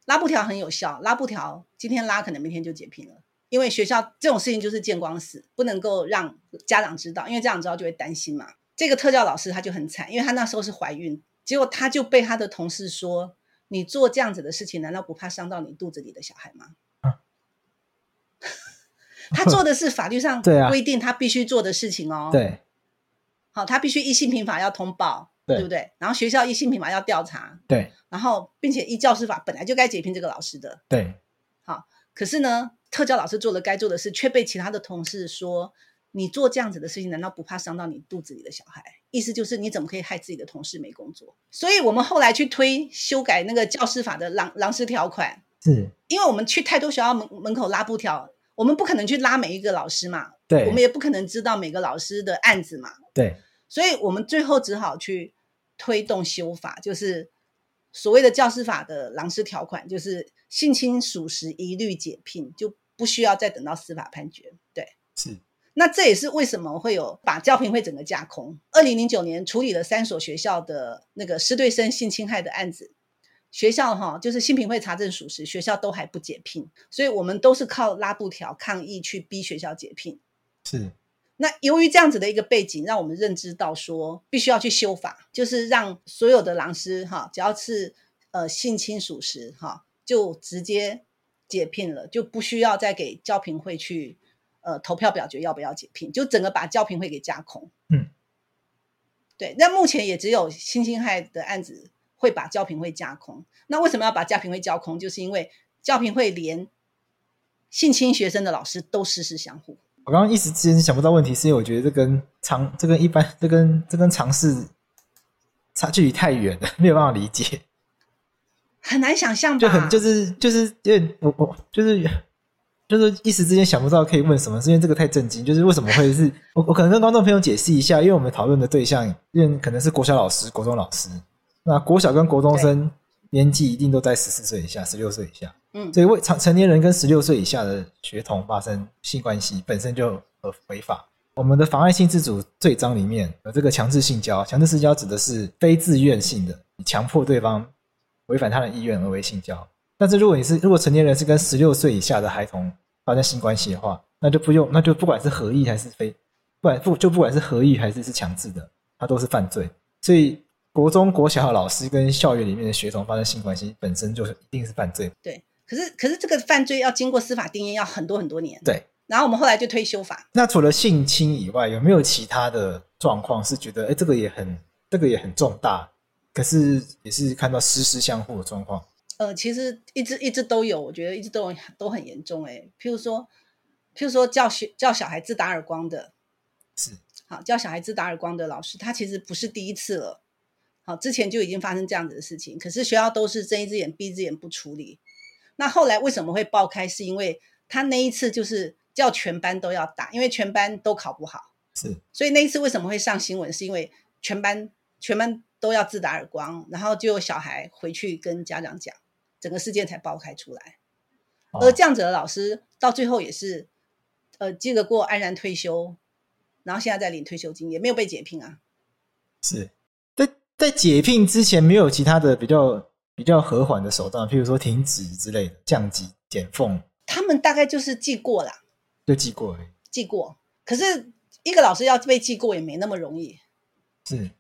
Speaker 4: 拉布条很有效，拉布条今天拉可能明天就解聘了，因为学校这种事情就是见光死，不能够让家长知道，因为家长知道就会担心嘛。这个特教老师他就很惨，因为他那时候是怀孕，结果他就被他的同事说：“你做这样子的事情，难道不怕伤到你肚子里的小孩吗？”
Speaker 3: 啊
Speaker 4: 他做的是法律上
Speaker 3: 对啊
Speaker 4: 规定他必须做的事情哦。
Speaker 3: 对，
Speaker 4: 好，他必须依性平法要通报，
Speaker 3: 对
Speaker 4: 对不对？然后学校依性平法要调查，
Speaker 3: 对，
Speaker 4: 然后并且依教师法本来就该解聘这个老师的，
Speaker 3: 对，
Speaker 4: 可是呢，特教老师做了该做的事，却被其他的同事说你做这样子的事情，难道不怕伤到你肚子里的小孩？意思就是你怎么可以害自己的同事没工作？所以我们后来去推修改那个教师法的狼狼师条款，
Speaker 3: 是，
Speaker 4: 因为我们去太多学校门门口拉布条，我们不可能去拉每一个老师嘛，
Speaker 3: 对，
Speaker 4: 我们也不可能知道每个老师的案子嘛，
Speaker 3: 对，
Speaker 4: 所以我们最后只好去推动修法，就是所谓的教师法的狼师条款，就是性侵属实一律解聘，就不需要再等到司法判决。对，
Speaker 3: 是，
Speaker 4: 那这也是为什么会有把教评会整个架空。二零零九年处理了三所学校的那个师对生性侵害的案子，学校哈就是性评会查证属实，学校都还不解聘，所以我们都是靠拉布条抗议去逼学校解聘。
Speaker 3: 是，
Speaker 4: 那由于这样子的一个背景，让我们认知到说，必须要去修法，就是让所有的狼师哈，只要是呃性侵属实哈，就直接解聘了，就不需要再给教评会去呃投票表决要不要解聘，就整个把教评会给架空。
Speaker 3: 嗯，
Speaker 4: 对。那目前也只有性侵害的案子会把教评会架空。那为什么要把教评会架空？就是因为教评会连性侵学生的老师都实施相护。
Speaker 3: 我刚刚一时之间想不到问题，是因为我觉得这跟常，这跟一般，这跟这跟尝试差距太远了，没有办法理解，
Speaker 4: 很难想象吧？
Speaker 3: 就很就是就是因为我我就是。就是一时之间想不到可以问什么，是因为这个太震惊。就是为什么会是我，我可能跟观众朋友解释一下，因为我们讨论的对象，因为可能是国小老师、国中老师，那国小跟国中生年纪一定都在十四岁以下、十六岁以下。
Speaker 4: 嗯，
Speaker 3: 所以未成成年人跟十六岁以下的学童发生性关系本身就呃违法。我们的妨碍性自主罪章里面有这个强制性交，强制性交指的是非自愿性的，你强迫对方违反他的意愿而为性交。但是如果你是如果成年人是跟十六岁以下的孩童发生性关系的话，那就不用，那就不管是合意还是非，不管不就不管是合意还是是强制的，它都是犯罪。所以国中、国小的老师跟校园里面的学童发生性关系本身就是一定是犯罪。
Speaker 4: 对。可是可是这个犯罪要经过司法定谳，要很多很多年。
Speaker 3: 对，
Speaker 4: 然后我们后来就推修法，
Speaker 3: 那除了性侵以外，有没有其他的状况是觉得，哎，这个也很，这个也很重大，可是也是看到师师相护的状况？
Speaker 4: 呃，其实一直一直都有，我觉得一直都有都很严重、欸。譬如说，譬如说叫学叫小孩子打耳光的，
Speaker 3: 是
Speaker 4: 好叫小孩子打耳光的老师，他其实不是第一次了。好，之前就已经发生这样子的事情，可是学校都是睁一只眼闭一只眼不处理。那后来为什么会爆开？是因为他那一次就是叫全班都要打，因为全班都考不好。
Speaker 3: 是
Speaker 4: 所以那一次为什么会上新闻，是因为全班全班都要自打耳光，然后就有小孩回去跟家长讲，整个事件才爆开出来。
Speaker 3: 哦
Speaker 4: 而这样子的老师到最后也是，呃，这个过安然退休，然后现在在领退休金，也没有被解聘啊。
Speaker 3: 是，在在解聘之前，没有其他的比较比较和缓的手段，譬如说停止之类的，降级、减俸
Speaker 4: 他们大概就是记过啦，
Speaker 3: 就记过而已。
Speaker 4: 记过。可是一个老师要被记过也没那么容易，
Speaker 3: 是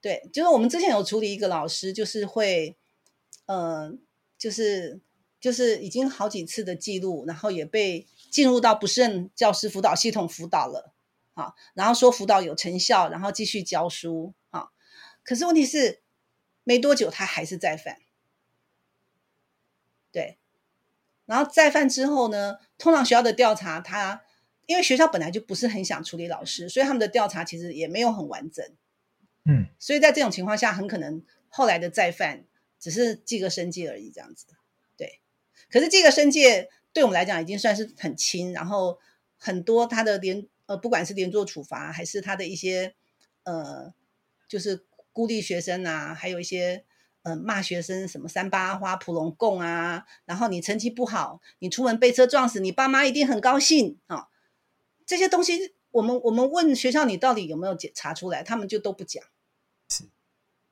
Speaker 4: 对，就是我们之前有处理一个老师，就是会，呃，就是就是已经好几次的记录，然后也被进入到不胜教师辅导系统辅导了，啊，然后说辅导有成效，然后继续教书啊，可是问题是没多久他还是再犯，对，然后再犯之后呢，通常学校的调查他。因为学校本来就不是很想处理老师，所以他们的调查其实也没有很完整。
Speaker 3: 嗯，
Speaker 4: 所以在这种情况下，很可能后来的再犯只是记个生戒而已，这样子。对，可是记个生戒对我们来讲已经算是很轻，然后很多他的连呃，不管是连坐处罚还是他的一些呃，就是孤立学生啊，还有一些呃骂学生什么三八花、普龙共啊，然后你成绩不好，你出门被车撞死，你爸妈一定很高兴啊、这些东西，我们我们问学校你到底有没有检查出来，他们就都不讲，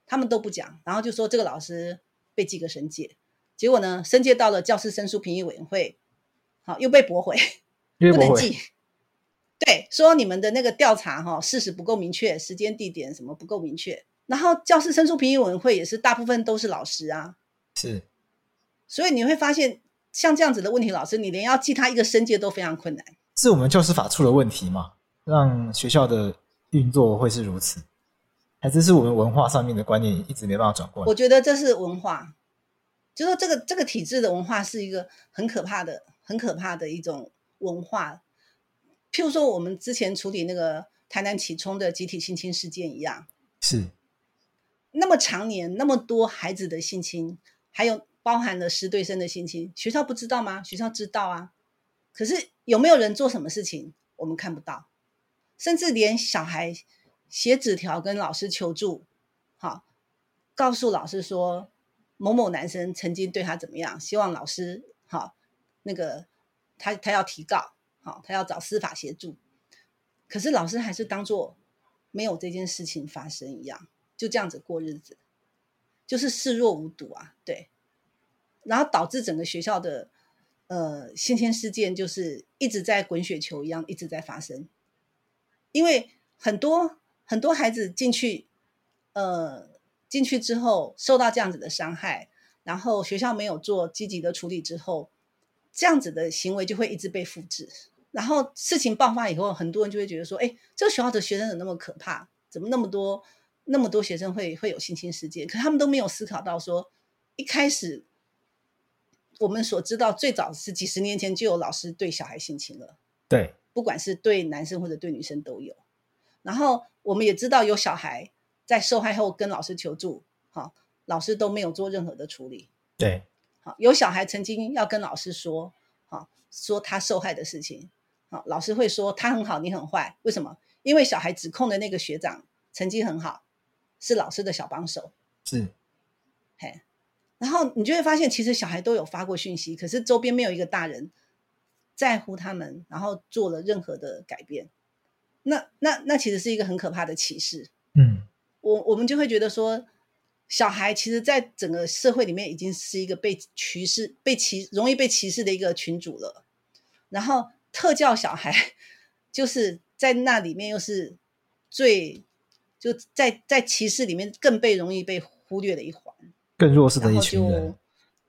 Speaker 4: 他们都不讲，然后就说这个老师被记个申诫，结果呢，申诫到了教师申诉评议委员会，好、又被驳回。
Speaker 3: 因
Speaker 4: 不
Speaker 3: 为
Speaker 4: 能
Speaker 3: 我会
Speaker 4: 记。对，说你们的那个调查哈、事实不够明确，时间、地点什么不够明确。然后教师申诉评议委员会也是大部分都是老师啊，
Speaker 3: 是
Speaker 4: 所以你会发现像这样子的问题，老师你连要记他一个申诫都非常困难。
Speaker 3: 是我们教师法出了问题嘛，让学校的运作会是如此，还是是我们文化上面的观念一直没办法转过来
Speaker 4: 我？觉得这是文化，就说这个这个体制的文化是一个很可怕的、很可怕的一种文化。譬如说，我们之前处理那个台南启聪的集体性侵事件一样，
Speaker 3: 是
Speaker 4: 那么常年那么多孩子的性侵，还有包含了师对生的性侵，学校不知道吗？学校知道啊，可是有没有人做什么事情，我们看不到，甚至连小孩写纸条跟老师求助，好，告诉老师说某某男生曾经对他怎么样，希望老师好那个他他要提告，好，他要找司法协助，可是老师还是当做没有这件事情发生一样。就这样子过日子，就是视若无睹啊，对。然后导致整个学校的呃性侵事件就是一直在滚雪球一样一直在发生，因为很多很多孩子进去，呃，进去之后受到这样子的伤害，然后学校没有做积极的处理之后，这样子的行为就会一直被复制。然后事情爆发以后，很多人就会觉得说，哎，这个学校的学生怎么那么可怕？怎么那么多那么多学生会会有性侵事件？可他们都没有思考到说，一开始我们所知道最早是几十年前就有老师对小孩性侵了，
Speaker 3: 对，
Speaker 4: 不管是对男生或者对女生都有。然后我们也知道有小孩在受害后跟老师求助，好、老师都没有做任何的处理。
Speaker 3: 对，
Speaker 4: 好，有小孩曾经要跟老师说，好，说他受害的事情，好，老师会说他很好，你很坏，为什么？因为小孩指控的那个学长成绩很好，是老师的小帮手，
Speaker 3: 是
Speaker 4: 嘿，然后你就会发现，其实小孩都有发过讯息，可是周边没有一个大人在乎他们，然后做了任何的改变，那那那其实是一个很可怕的歧视。
Speaker 3: 嗯，
Speaker 4: 我我们就会觉得说，小孩其实，在整个社会里面已经是一个被歧视、被歧容易被歧视的一个群组了。然后特教小孩就是在那里面又是最就在在歧视里面更被容易被忽略的一环，
Speaker 3: 更弱势的
Speaker 4: 然
Speaker 3: 一
Speaker 4: 后
Speaker 3: 群
Speaker 4: 就
Speaker 3: 人，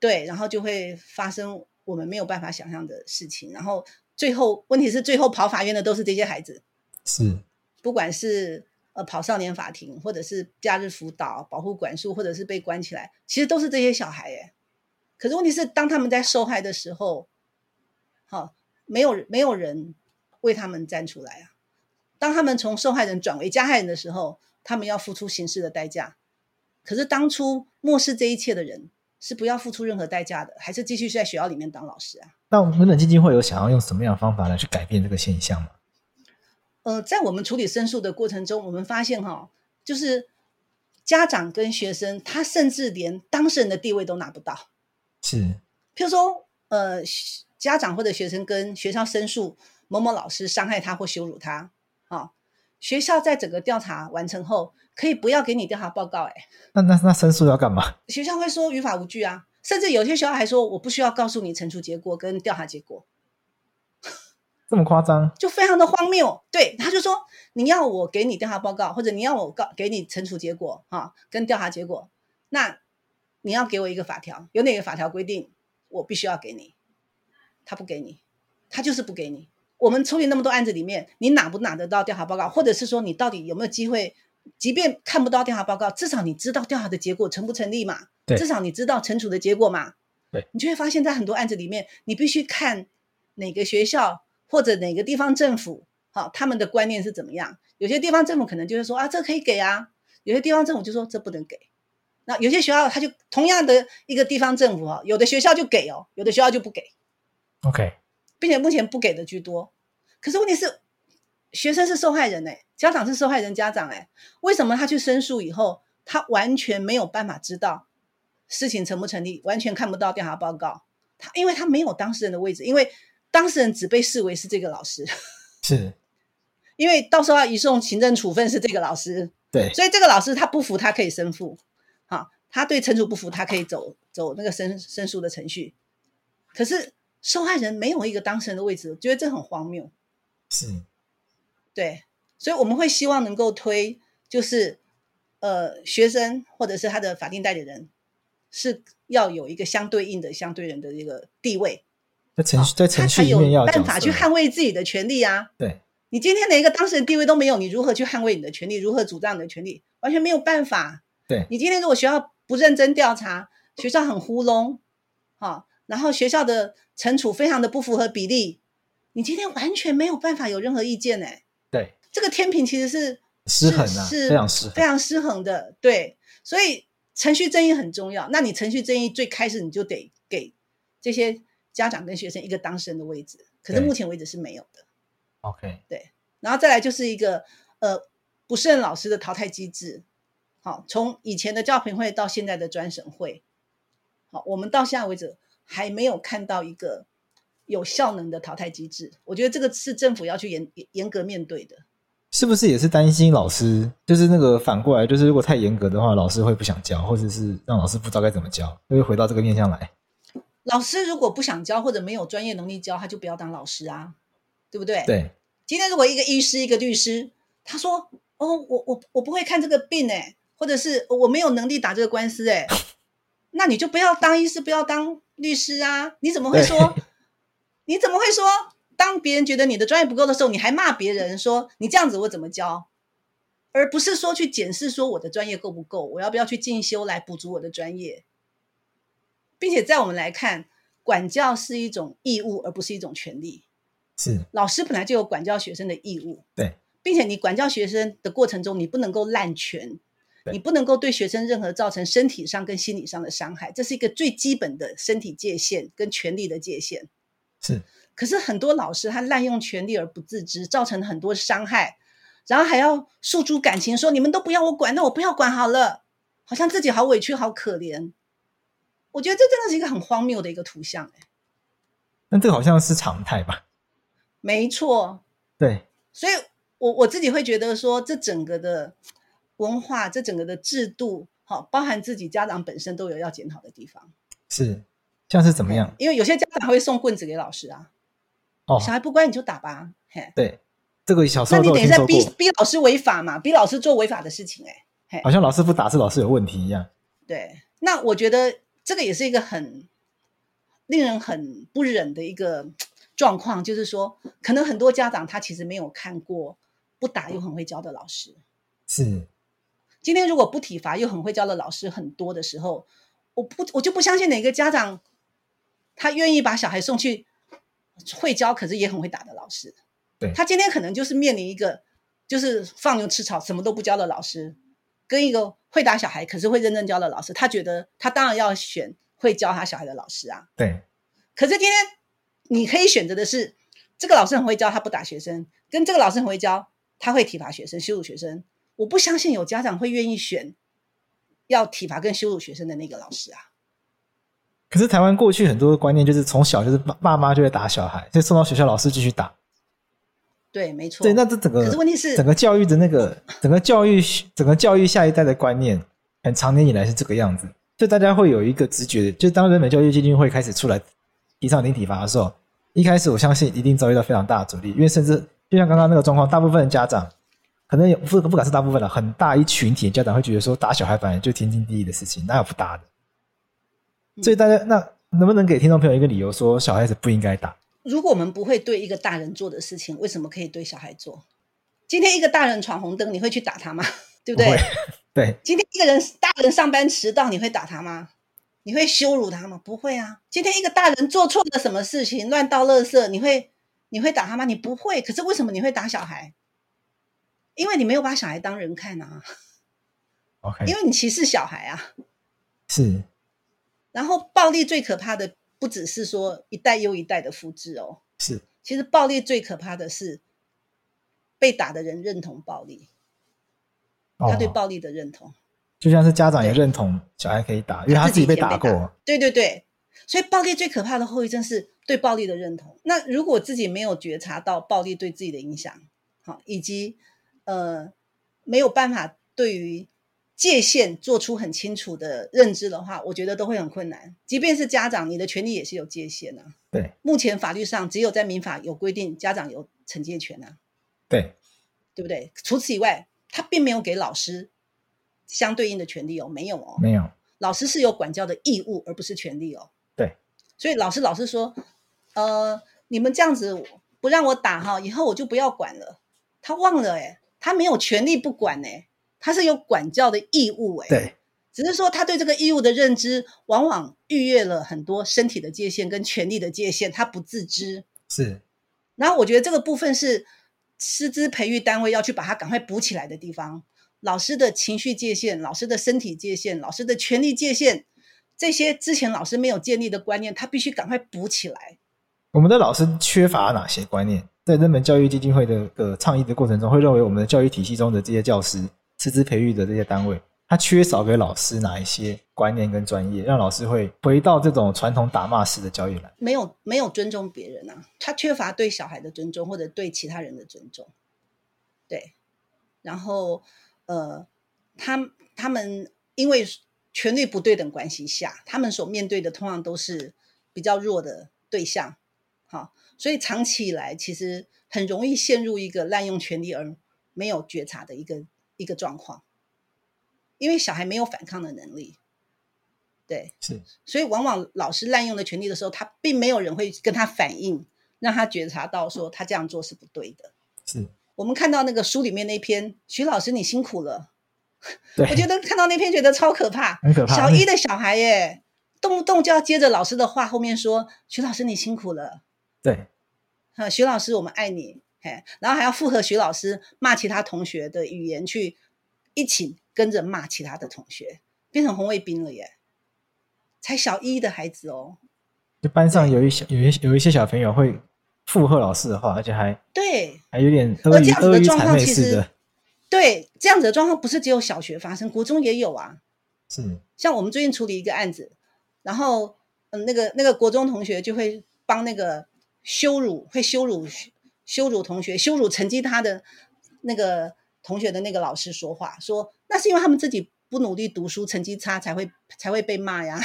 Speaker 4: 对，然后就会发生我们没有办法想象的事情。然后最后问题是，最后跑法院的都是这些孩子。
Speaker 3: 是
Speaker 4: 不管是呃跑少年法庭，或者是假日辅导、保护管束，或者是被关起来，其实都是这些小孩哎。可是问题是，当他们在受害的时候，好、没有没有人为他们站出来啊。当他们从受害人转为加害人的时候，他们要付出刑事的代价。可是当初漠视这一切的人是不要付出任何代价的，还是继续在学校里面当老师啊？
Speaker 3: 那我们冷基金会有想要用什么样的方法来去改变这个现象吗？
Speaker 4: 呃，在我们处理申诉的过程中，我们发现哈、就是家长跟学生，他甚至连当事人的地位都拿不到。
Speaker 3: 是
Speaker 4: 譬如说，呃，学家长或者学生跟学校申诉某某老师伤害他或羞辱他，啊、学校在整个调查完成后，可以不要给你调查报告、欸，
Speaker 3: 那那那申诉要干嘛？
Speaker 4: 学校会说于法无据啊，甚至有些学校还说我不需要告诉你惩处结果跟调查结果，
Speaker 3: 这么夸张？
Speaker 4: 就非常的荒谬。对，他就说你要我给你调查报告，或者你要我告给你惩处结果啊，跟调查结果，那你要给我一个法条，有哪个法条规定我必须要给你？他不给你，他就是不给你。我们处理那么多案子里面，你拿不拿得到调查报告，或者是说你到底有没有机会？即便看不到调查报告，至少你知道调查的结果成不成立嘛？
Speaker 3: 对
Speaker 4: 至少你知道惩处的结果嘛？
Speaker 3: 对，
Speaker 4: 你就会发现在很多案子里面，你必须看哪个学校或者哪个地方政府，好、他们的观念是怎么样？有些地方政府可能就会说啊，这可以给啊；有些地方政府就说这不能给。那有些学校他就同样的一个地方政府啊，有的学校就给哦，有的学校就不给，
Speaker 3: OK，
Speaker 4: 并且目前不给的居多。可是问题是，欸学生是受害人哎、家长是受害人家长哎、为什么他去申诉以后，他完全没有办法知道事情成不成立，完全看不到调查报告。他因为他没有当事人的位置，因为当事人只被视为是这个老师，
Speaker 3: 是
Speaker 4: 因为到时候要移送行政处分是这个老师，
Speaker 3: 对，
Speaker 4: 所以这个老师他不服，他可以申诉，啊，他对惩处不服，他可以走走那个申申诉的程序。可是受害人没有一个当事人的位置，我觉得这很荒谬。
Speaker 3: 是
Speaker 4: 对，所以我们会希望能够推，就是呃，学生或者是他的法定代理人是要有一个相对应的相对人的一个地位，
Speaker 3: 在程序在
Speaker 4: 哦他
Speaker 3: 程
Speaker 4: 才
Speaker 3: 序里
Speaker 4: 有
Speaker 3: 面要有
Speaker 4: 办
Speaker 3: 角
Speaker 4: 法
Speaker 3: 色
Speaker 4: 去捍卫自己的权利啊。
Speaker 3: 对，
Speaker 4: 你今天连一个当事人地位都没有，你如何去捍卫你的权利？如何主张你的权利？完全没有办法。
Speaker 3: 对
Speaker 4: 你今天如果学校不认真调查，学校很糊弄，好、然后学校的惩处非常的不符合比例，你今天完全没有办法有任何意见哎、
Speaker 3: 对
Speaker 4: 这个天平其实是
Speaker 3: 失衡啊，
Speaker 4: 是是
Speaker 3: 非常失
Speaker 4: 非
Speaker 3: 衡，
Speaker 4: 常失衡的，对，所以程序正义很重要。那你程序正义最开始你就得给这些家长跟学生一个当事人的位置，可是
Speaker 3: 对
Speaker 4: 目前为止是没有的。
Speaker 3: OK
Speaker 4: 然后再来就是一个呃不胜老师的淘汰机制，好，从以前的教评会到现在的专审会，好，我们到现在为止还没有看到一个有效能的淘汰机制。我觉得这个是政府要去严严格面对的。
Speaker 3: 是不是也是担心老师就是那个反过来，就是如果太严格的话，老师会不想教，或者是让老师不知道该怎么教，又会回到这个面向来。
Speaker 4: 老师如果不想教或者没有专业能力教，他就不要当老师啊，对不对？。
Speaker 3: 对
Speaker 4: 今天如果一个医师、一个律师，他说：“哦，我我我不会看这个病哎、或者是我没有能力打这个官司哎、那你就不要当医师，不要当律师啊！你怎么会说？ 你怎么会说？当别人觉得你的专业不够的时候，你还骂别人说你这样子我怎么教？而不是说去检视说我的专业够不够，我要不要去进修来补足我的专业，并且在我们来看，管教是一种义务，而不是一种权利。
Speaker 3: 是
Speaker 4: 老师本来就有管教学生的义务，
Speaker 3: 对，
Speaker 4: 并且你管教学生的过程中，你不能够滥权，
Speaker 3: 对
Speaker 4: 你不能够对学生任何造成身体上跟心理上的伤害，这是一个最基本的身体界限跟权利的界限。
Speaker 3: 是
Speaker 4: 可是很多老师他滥用权力而不自知，造成很多伤害，然后还要诉诸感情，说你们都不要我管，那我不要管好了，好像自己好委屈、好可怜。我觉得这真的是一个很荒谬的一个图像、欸，
Speaker 3: 但这个好像是常态吧？
Speaker 4: 没错，
Speaker 3: 对，
Speaker 4: 所以我我自己会觉得说，这整个的文化，这整个的制度，好，包含自己家长本身都有要检讨的地方。
Speaker 3: 是像是怎么样？
Speaker 4: 因为有些家长会送棍子给老师啊，
Speaker 3: 哦，
Speaker 4: 小孩不乖你就打吧，嘿，
Speaker 3: 对，这个小时
Speaker 4: 那
Speaker 3: 候
Speaker 4: 你
Speaker 3: 都有
Speaker 4: 等于
Speaker 3: 听
Speaker 4: 在
Speaker 3: 说
Speaker 4: 逼
Speaker 3: 过，
Speaker 4: 逼老师违法嘛，逼老师做违法的事情、欸，哎，
Speaker 3: 好像老师不打是老师有问题一样。
Speaker 4: 对。那我觉得这个也是一个很令人很不忍的一个状况，就是说，可能很多家长他其实没有看过不打又很会教的老师，
Speaker 3: 是
Speaker 4: 今天如果不体罚又很会教的老师很多的时候，我不我就不相信哪个家长他愿意把小孩送去会教可是也很会打的老师。
Speaker 3: 对
Speaker 4: 他今天可能就是面临一个就是放牛吃草什么都不教的老师，跟一个会打小孩可是会认真教的老师，他觉得他当然要选会教他小孩的老师啊。
Speaker 3: 对
Speaker 4: 可是今天你可以选择的是，这个老师很会教，他不打学生；跟这个老师很会教，他会体罚学生、羞辱学生。我不相信有家长会愿意选要体罚跟羞辱学生的那个老师啊。
Speaker 3: 可是台湾过去很多观念就是从小就是爸爸妈就会打小孩，所以送到学校老师继续打。
Speaker 4: 对，没错。
Speaker 3: 对，那这整个
Speaker 4: 可是问题是
Speaker 3: 整个教育的那个整个教育整个教育下一代的观念，很长年以来是这个样子。就大家会有一个直觉，就当人本教育基金会开始出来提倡零体罚的时候，一开始我相信一定遭遇到非常大的阻力，因为甚至就像刚刚那个状况，大部分的家长可能有不不敢是大部分了，很大一群体的家长会觉得说打小孩本来就天经地义的事情，哪有不打的？
Speaker 4: 嗯
Speaker 3: 所以大家那能不能给听众朋友一个理由，说小孩子不应该打？
Speaker 4: 如果我们不会对一个大人做的事情，为什么可以对小孩做？今天一个大人闯红灯，你会去打他吗？对不对？
Speaker 3: 会 对
Speaker 4: 今天一个人大人上班迟到，你会打他吗？你会羞辱他吗？不会啊。今天一个大人做错了什么事情，乱倒垃圾，你会你会打他吗？你不会。可是为什么你会打小孩？因为你没有把小孩当人看啊，
Speaker 3: ，OK，
Speaker 4: 因为你歧视小孩啊。
Speaker 3: 是
Speaker 4: 然后暴力最可怕的不只是说一代又一代的复制哦，
Speaker 3: 是
Speaker 4: 其实暴力最可怕的是被打的人认同暴力，
Speaker 3: 哦
Speaker 4: 他对暴力的认同。
Speaker 3: 就像是家长也认同小孩可以打，因为他自己被打
Speaker 4: 以前
Speaker 3: 过。
Speaker 4: 对对对，所以暴力最可怕的后遗症是对暴力的认同。那如果自己没有觉察到暴力对自己的影响，好，以及呃没有办法对于界限做出很清楚的认知的话，我觉得都会很困难。即便是家长，你的权利也是有界限啊。
Speaker 3: 对
Speaker 4: 目前法律上只有在民法有规定，家长有惩戒权啊。
Speaker 3: 对，
Speaker 4: 对不对？除此以外，他并没有给老师相对应的权利哦，没有哦。
Speaker 3: 没有
Speaker 4: 老师是有管教的义务，而不是权利哦。
Speaker 3: 对，
Speaker 4: 所以老师老是说，呃，你们这样子不让我打哈，以后我就不要管了。他忘了哎、他没有权利不管哎、他是有管教的义务哎、
Speaker 3: 对
Speaker 4: 只是说他对这个义务的认知，往往逾越了很多身体的界限跟权利的界限，他不自知。
Speaker 3: 是，
Speaker 4: 然后我觉得这个部分是师资培育单位要去把它赶快补起来的地方。老师的情绪界限、老师的身体界限、老师的权利界限，这些之前老师没有建立的观念，他必须赶快补起来。
Speaker 3: 我们的老师缺乏哪些观念？在人本教育基金会的呃倡议的过程中，会认为我们的教育体系中的这些教师、师资培育的这些单位，他缺少给老师哪一些观念跟专业，让老师会回到这种传统打骂式的教育来？
Speaker 4: 没有没有尊重别人啊，他缺乏对小孩的尊重或者对其他人的尊重，对，然后呃，他他们因为权力不对等关系下，他们所面对的通常都是比较弱的对象，好，所以长期以来其实很容易陷入一个滥用权力而没有觉察的一个一个状况，因为小孩没有反抗的能力，对，
Speaker 3: 是
Speaker 4: 所以往往老师滥用的权利的时候，他并没有人会跟他反映，让他觉察到说他这样做是不对的。
Speaker 3: 是，
Speaker 4: 我们看到那个书里面那篇，徐老师你辛苦了，
Speaker 3: 对，
Speaker 4: 我觉得看到那篇觉得超可怕。
Speaker 3: 很可怕。
Speaker 4: 小一的小孩耶，动不动就要接着老师的话后面说：“徐老师你辛苦了，
Speaker 3: 对
Speaker 4: 啊，徐老师我们爱你。”嘿，然后还要附和徐老师骂其他同学的语言去一起跟着骂其他的同学，变成红卫兵了耶！才小一的孩子哦，
Speaker 3: 就班上有一小有一有一些小朋友会附和老师的话，而且还
Speaker 4: 对，
Speaker 3: 还有点阿
Speaker 4: 而
Speaker 3: 谀
Speaker 4: 这样子
Speaker 3: 阿
Speaker 4: 的
Speaker 3: 谀
Speaker 4: 状
Speaker 3: 谄
Speaker 4: 况
Speaker 3: 媚
Speaker 4: 其
Speaker 3: 似
Speaker 4: 实
Speaker 3: 的，，
Speaker 4: 对这样子的状况不是只有小学发生，国中也有啊。
Speaker 3: 是
Speaker 4: 像我们最近处理一个案子，然后嗯，那个那个国中同学就会帮那个羞辱会羞辱羞辱同学、羞辱成绩他的那个同学的那个老师说话，说那是因为他们自己不努力读书，成绩差才会才会被骂呀。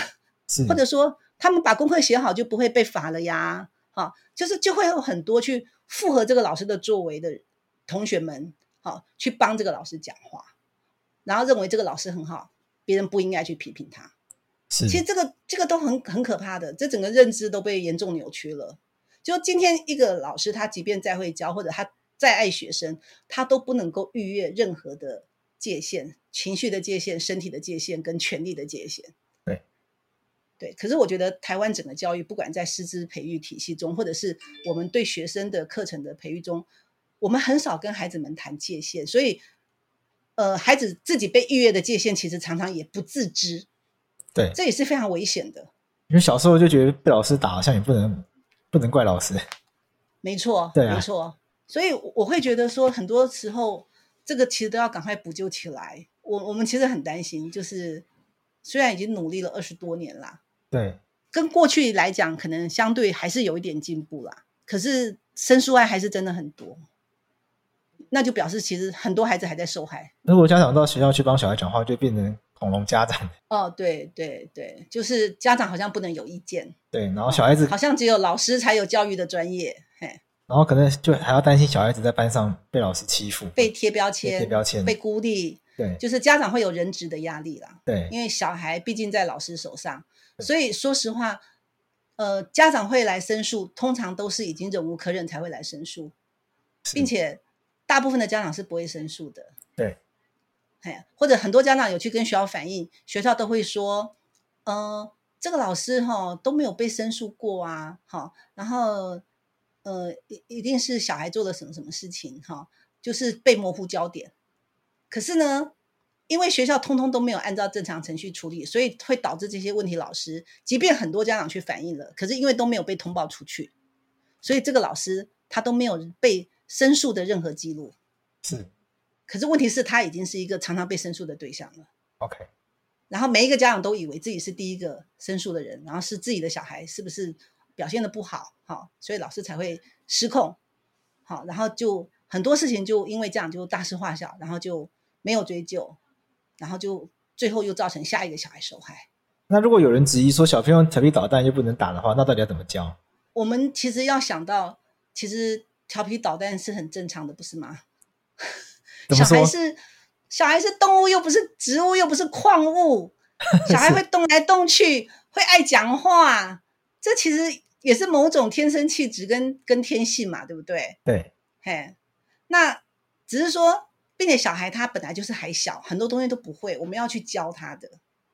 Speaker 3: 是，
Speaker 4: 或者说他们把功课写好就不会被罚了呀。好、就是就会有很多去附和这个老师的作为的同学们，好、去帮这个老师讲话，然后认为这个老师很好，别人不应该去批评他。
Speaker 3: 是
Speaker 4: 其实这个这个都很很可怕的，这整个认知都被严重扭曲了。就今天一个老师，他即便再会教，或者他再爱学生，他都不能够逾越任何的界限，情绪的界限、身体的界限跟权力的界限。
Speaker 3: 对，
Speaker 4: 对。可是我觉得台湾整个教育，不管在师资培育体系中，或者是我们对学生的课程的培育中，我们很少跟孩子们谈界限，所以，呃，孩子自己被逾越的界限，其实常常也不自知。
Speaker 3: 对，
Speaker 4: 这也是非常危险的。
Speaker 3: 因为小时候就觉得被老师打，好像也不能不能怪老师，
Speaker 4: 没错，
Speaker 3: 对啊
Speaker 4: 没错。所以我我会觉得说，很多时候这个其实都要赶快补救起来。我我们其实很担心，就是虽然已经努力了二十多年啦，
Speaker 3: 对，
Speaker 4: 跟过去来讲，可能相对还是有一点进步啦。可是申诉案还是真的很多，那就表示其实很多孩子还在受害。
Speaker 3: 如果家长到学校去帮小孩讲话，就变成恐龙家长。
Speaker 4: 哦，对对对，就是家长好像不能有意见，
Speaker 3: 对，然后小孩子，
Speaker 4: 哦好像只有老师才有教育的专业，嘿，
Speaker 3: 然后可能就还要担心小孩子在班上被老师欺负。
Speaker 4: 被贴标签、
Speaker 3: 贴标签
Speaker 4: 被孤立，
Speaker 3: 对
Speaker 4: 就是家长会有人质的压力啦。
Speaker 3: 对
Speaker 4: 因为小孩毕竟在老师手上，
Speaker 3: 对
Speaker 4: 所以说实话，呃，家长会来申诉，通常都是已经忍无可忍才会来申诉，
Speaker 3: 是
Speaker 4: 并且大部分的家长是不会申诉的。
Speaker 3: 对，
Speaker 4: 哎，或者很多家长有去跟学校反映，学校都会说，呃，这个老师哈、都没有被申诉过啊，哈、然后呃，一一定是小孩做了什么什么事情哈、就是被模糊焦点。可是呢，因为学校通通都没有按照正常程序处理，所以会导致这些问题老师，即便很多家长去反映了，可是因为都没有被通报出去，所以这个老师他都没有被申诉的任何记录。
Speaker 3: 是
Speaker 4: 可是问题是，他已经是一个常常被申诉的对象了。
Speaker 3: OK，
Speaker 4: 然后每一个家长都以为自己是第一个申诉的人，然后是自己的小孩是不是表现的不好，好、所以老师才会失控，好、然后就很多事情就因为这样就大事化小，然后就没有追究，然后就最后又造成下一个小孩受害。
Speaker 3: 那如果有人质疑说小朋友调皮捣蛋又不能打的话，那到底要怎么教？
Speaker 4: 我们其实要想到，其实调皮捣蛋是很正常的，不是吗？
Speaker 3: 怎么
Speaker 4: 小孩
Speaker 3: 说
Speaker 4: 是小孩是动物，又不是植物，又不是矿 物，小孩会动来动去，会爱讲话，这其实也是某种天生气质跟跟天性嘛，对不对？
Speaker 3: 对，
Speaker 4: 嘿，那只是说，并且小孩他本来就是还小，很多东西都不会，我们要去教他的。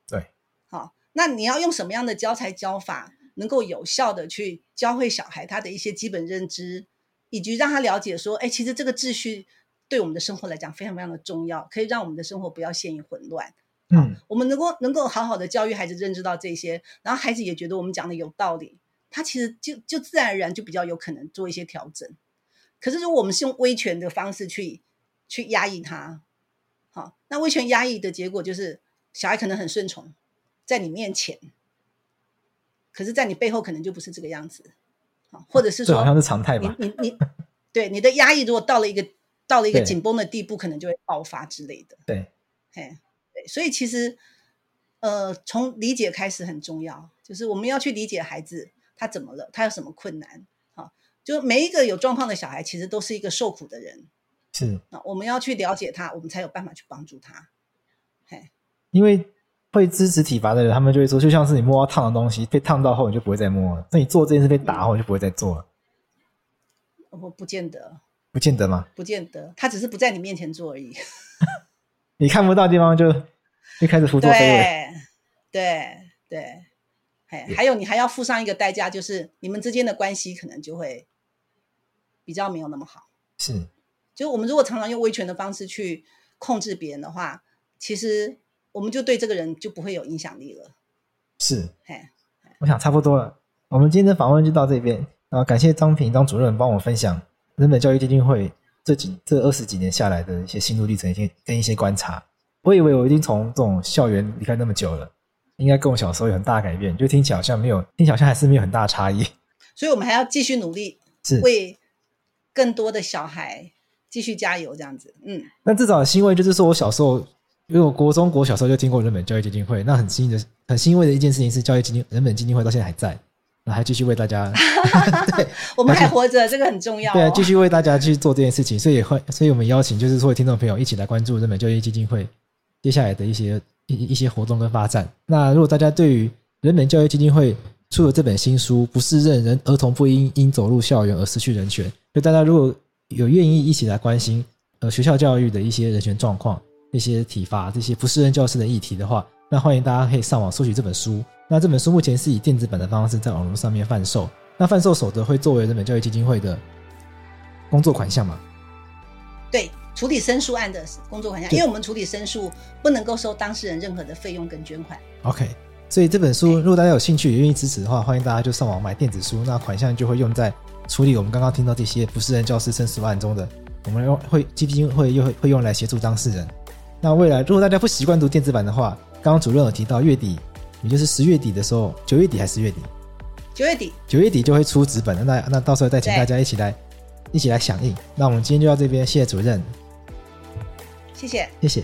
Speaker 3: 对，
Speaker 4: 好、那你要用什么样的教材教法，能够有效的去教会小孩他的一些基本认知，以及让他了解说，哎，其实这个秩序对我们的生活来讲非常非常的重要，可以让我们的生活不要陷于混乱。
Speaker 3: 嗯，
Speaker 4: 我们能够能够好好的教育孩子认知到这些，然后孩子也觉得我们讲的有道理，他其实就就自然而然就比较有可能做一些调整。可是如果我们是用威权的方式去去压抑他，好，那威权压抑的结果就是小孩可能很顺从，在你面前，可是，在你背后可能就不是这个样子，好，或者是
Speaker 3: 这
Speaker 4: 说
Speaker 3: 好像是常态
Speaker 4: 你
Speaker 3: 吧？
Speaker 4: 你你，对你的压抑如果到了一个到了一个
Speaker 3: 对
Speaker 4: 紧绷的地步，可能就会爆发之类的。
Speaker 3: 对，
Speaker 4: 嘿，对，所以其实，呃，从理解开始很重要，就是我们要去理解孩子他怎么了，他有什么困难啊？就每一个有状况的小孩，其实都是一个受苦的人
Speaker 3: 是
Speaker 4: 啊。我们要去了解他，我们才有办法去帮助他。
Speaker 3: 因为会支持体罚的人，他们就会说，就像是你摸到烫的东西，被烫到后你就不会再摸了，那你做这件事被打后你就不会再做了，
Speaker 4: 我不见得，
Speaker 3: 不见得嘛？
Speaker 4: 不见得，他只是不在你面前做而已。
Speaker 3: 你看不到的地方就就开始胡作非为，
Speaker 4: 对，对，对，哎，还有你还要付上一个代价，就是你们之间的关系可能就会比较没有那么好。
Speaker 3: 是
Speaker 4: 就是我们如果常常用威权的方式去控制别人的话，其实我们就对这个人就不会有影响力了。
Speaker 3: 是。
Speaker 4: 嘿，
Speaker 3: 我想差不多了，我们今天的访问就到这边。然后感谢张平张主任帮我分享人本教育基金会这几这二十几年下来的一些心路历程，一些跟一些观察。我以为我已经从这种校园离开那么久了，应该跟我小时候有很大的改变，就听起来好像没有，听起来好像还是没有很大的差异。
Speaker 4: 所以我们还要继续努力，
Speaker 3: 是，
Speaker 4: 为更多的小孩继续加油，这样子。嗯，
Speaker 3: 那至少很欣慰就是说我小时候，因为我国中国小时候就听过人本教育基金会，那很欣的很欣慰的一件事情是教育基金人本基金会到现在还在，那还继续为大家 对。
Speaker 4: 我们还活着，这个很重要、哦。
Speaker 3: 对啊，继续为大家去做这件事情，所以也会，所以我们邀请就是所有听众朋友一起来关注人本就业基金会接下来的一些一一些活动跟发展。那如果大家对于人本教育基金会出了这本新书《不是任人儿童不因因走入校园而失去人权》，就大家如果有愿意一起来关心呃学校教育的一些人权状况、一些体罚、这些不适任教师的议题的话，那欢迎大家可以上网搜取这本书。那这本书目前是以电子版的方式在网络上面贩售，那贩售所得会作为人本教育基金会的工作款项嘛。
Speaker 4: 对处理申诉案的工作款项，
Speaker 3: 对
Speaker 4: 因为我们处理申诉不能够收当事人任何的费用跟捐款。
Speaker 3: OK，所以这本书
Speaker 4: 对
Speaker 3: 如果大家有兴趣也愿意支持的话，欢迎大家就上网买电子书，那款项就会用在处理我们刚刚听到这些不是人教师申诉案中的，我们用会基金会又会会用来协助当事人。那未来如果大家不习惯读电子版的话，刚刚主任有提到月底，也就是十月底的时候，九月底还是月底，
Speaker 4: 九月底，
Speaker 3: 九月底就会出纸本了。那那到时候再请
Speaker 4: 对
Speaker 3: 大家一起来一起来响应。那我们今天就到这边，谢谢主任，
Speaker 4: 谢谢。
Speaker 3: 谢谢。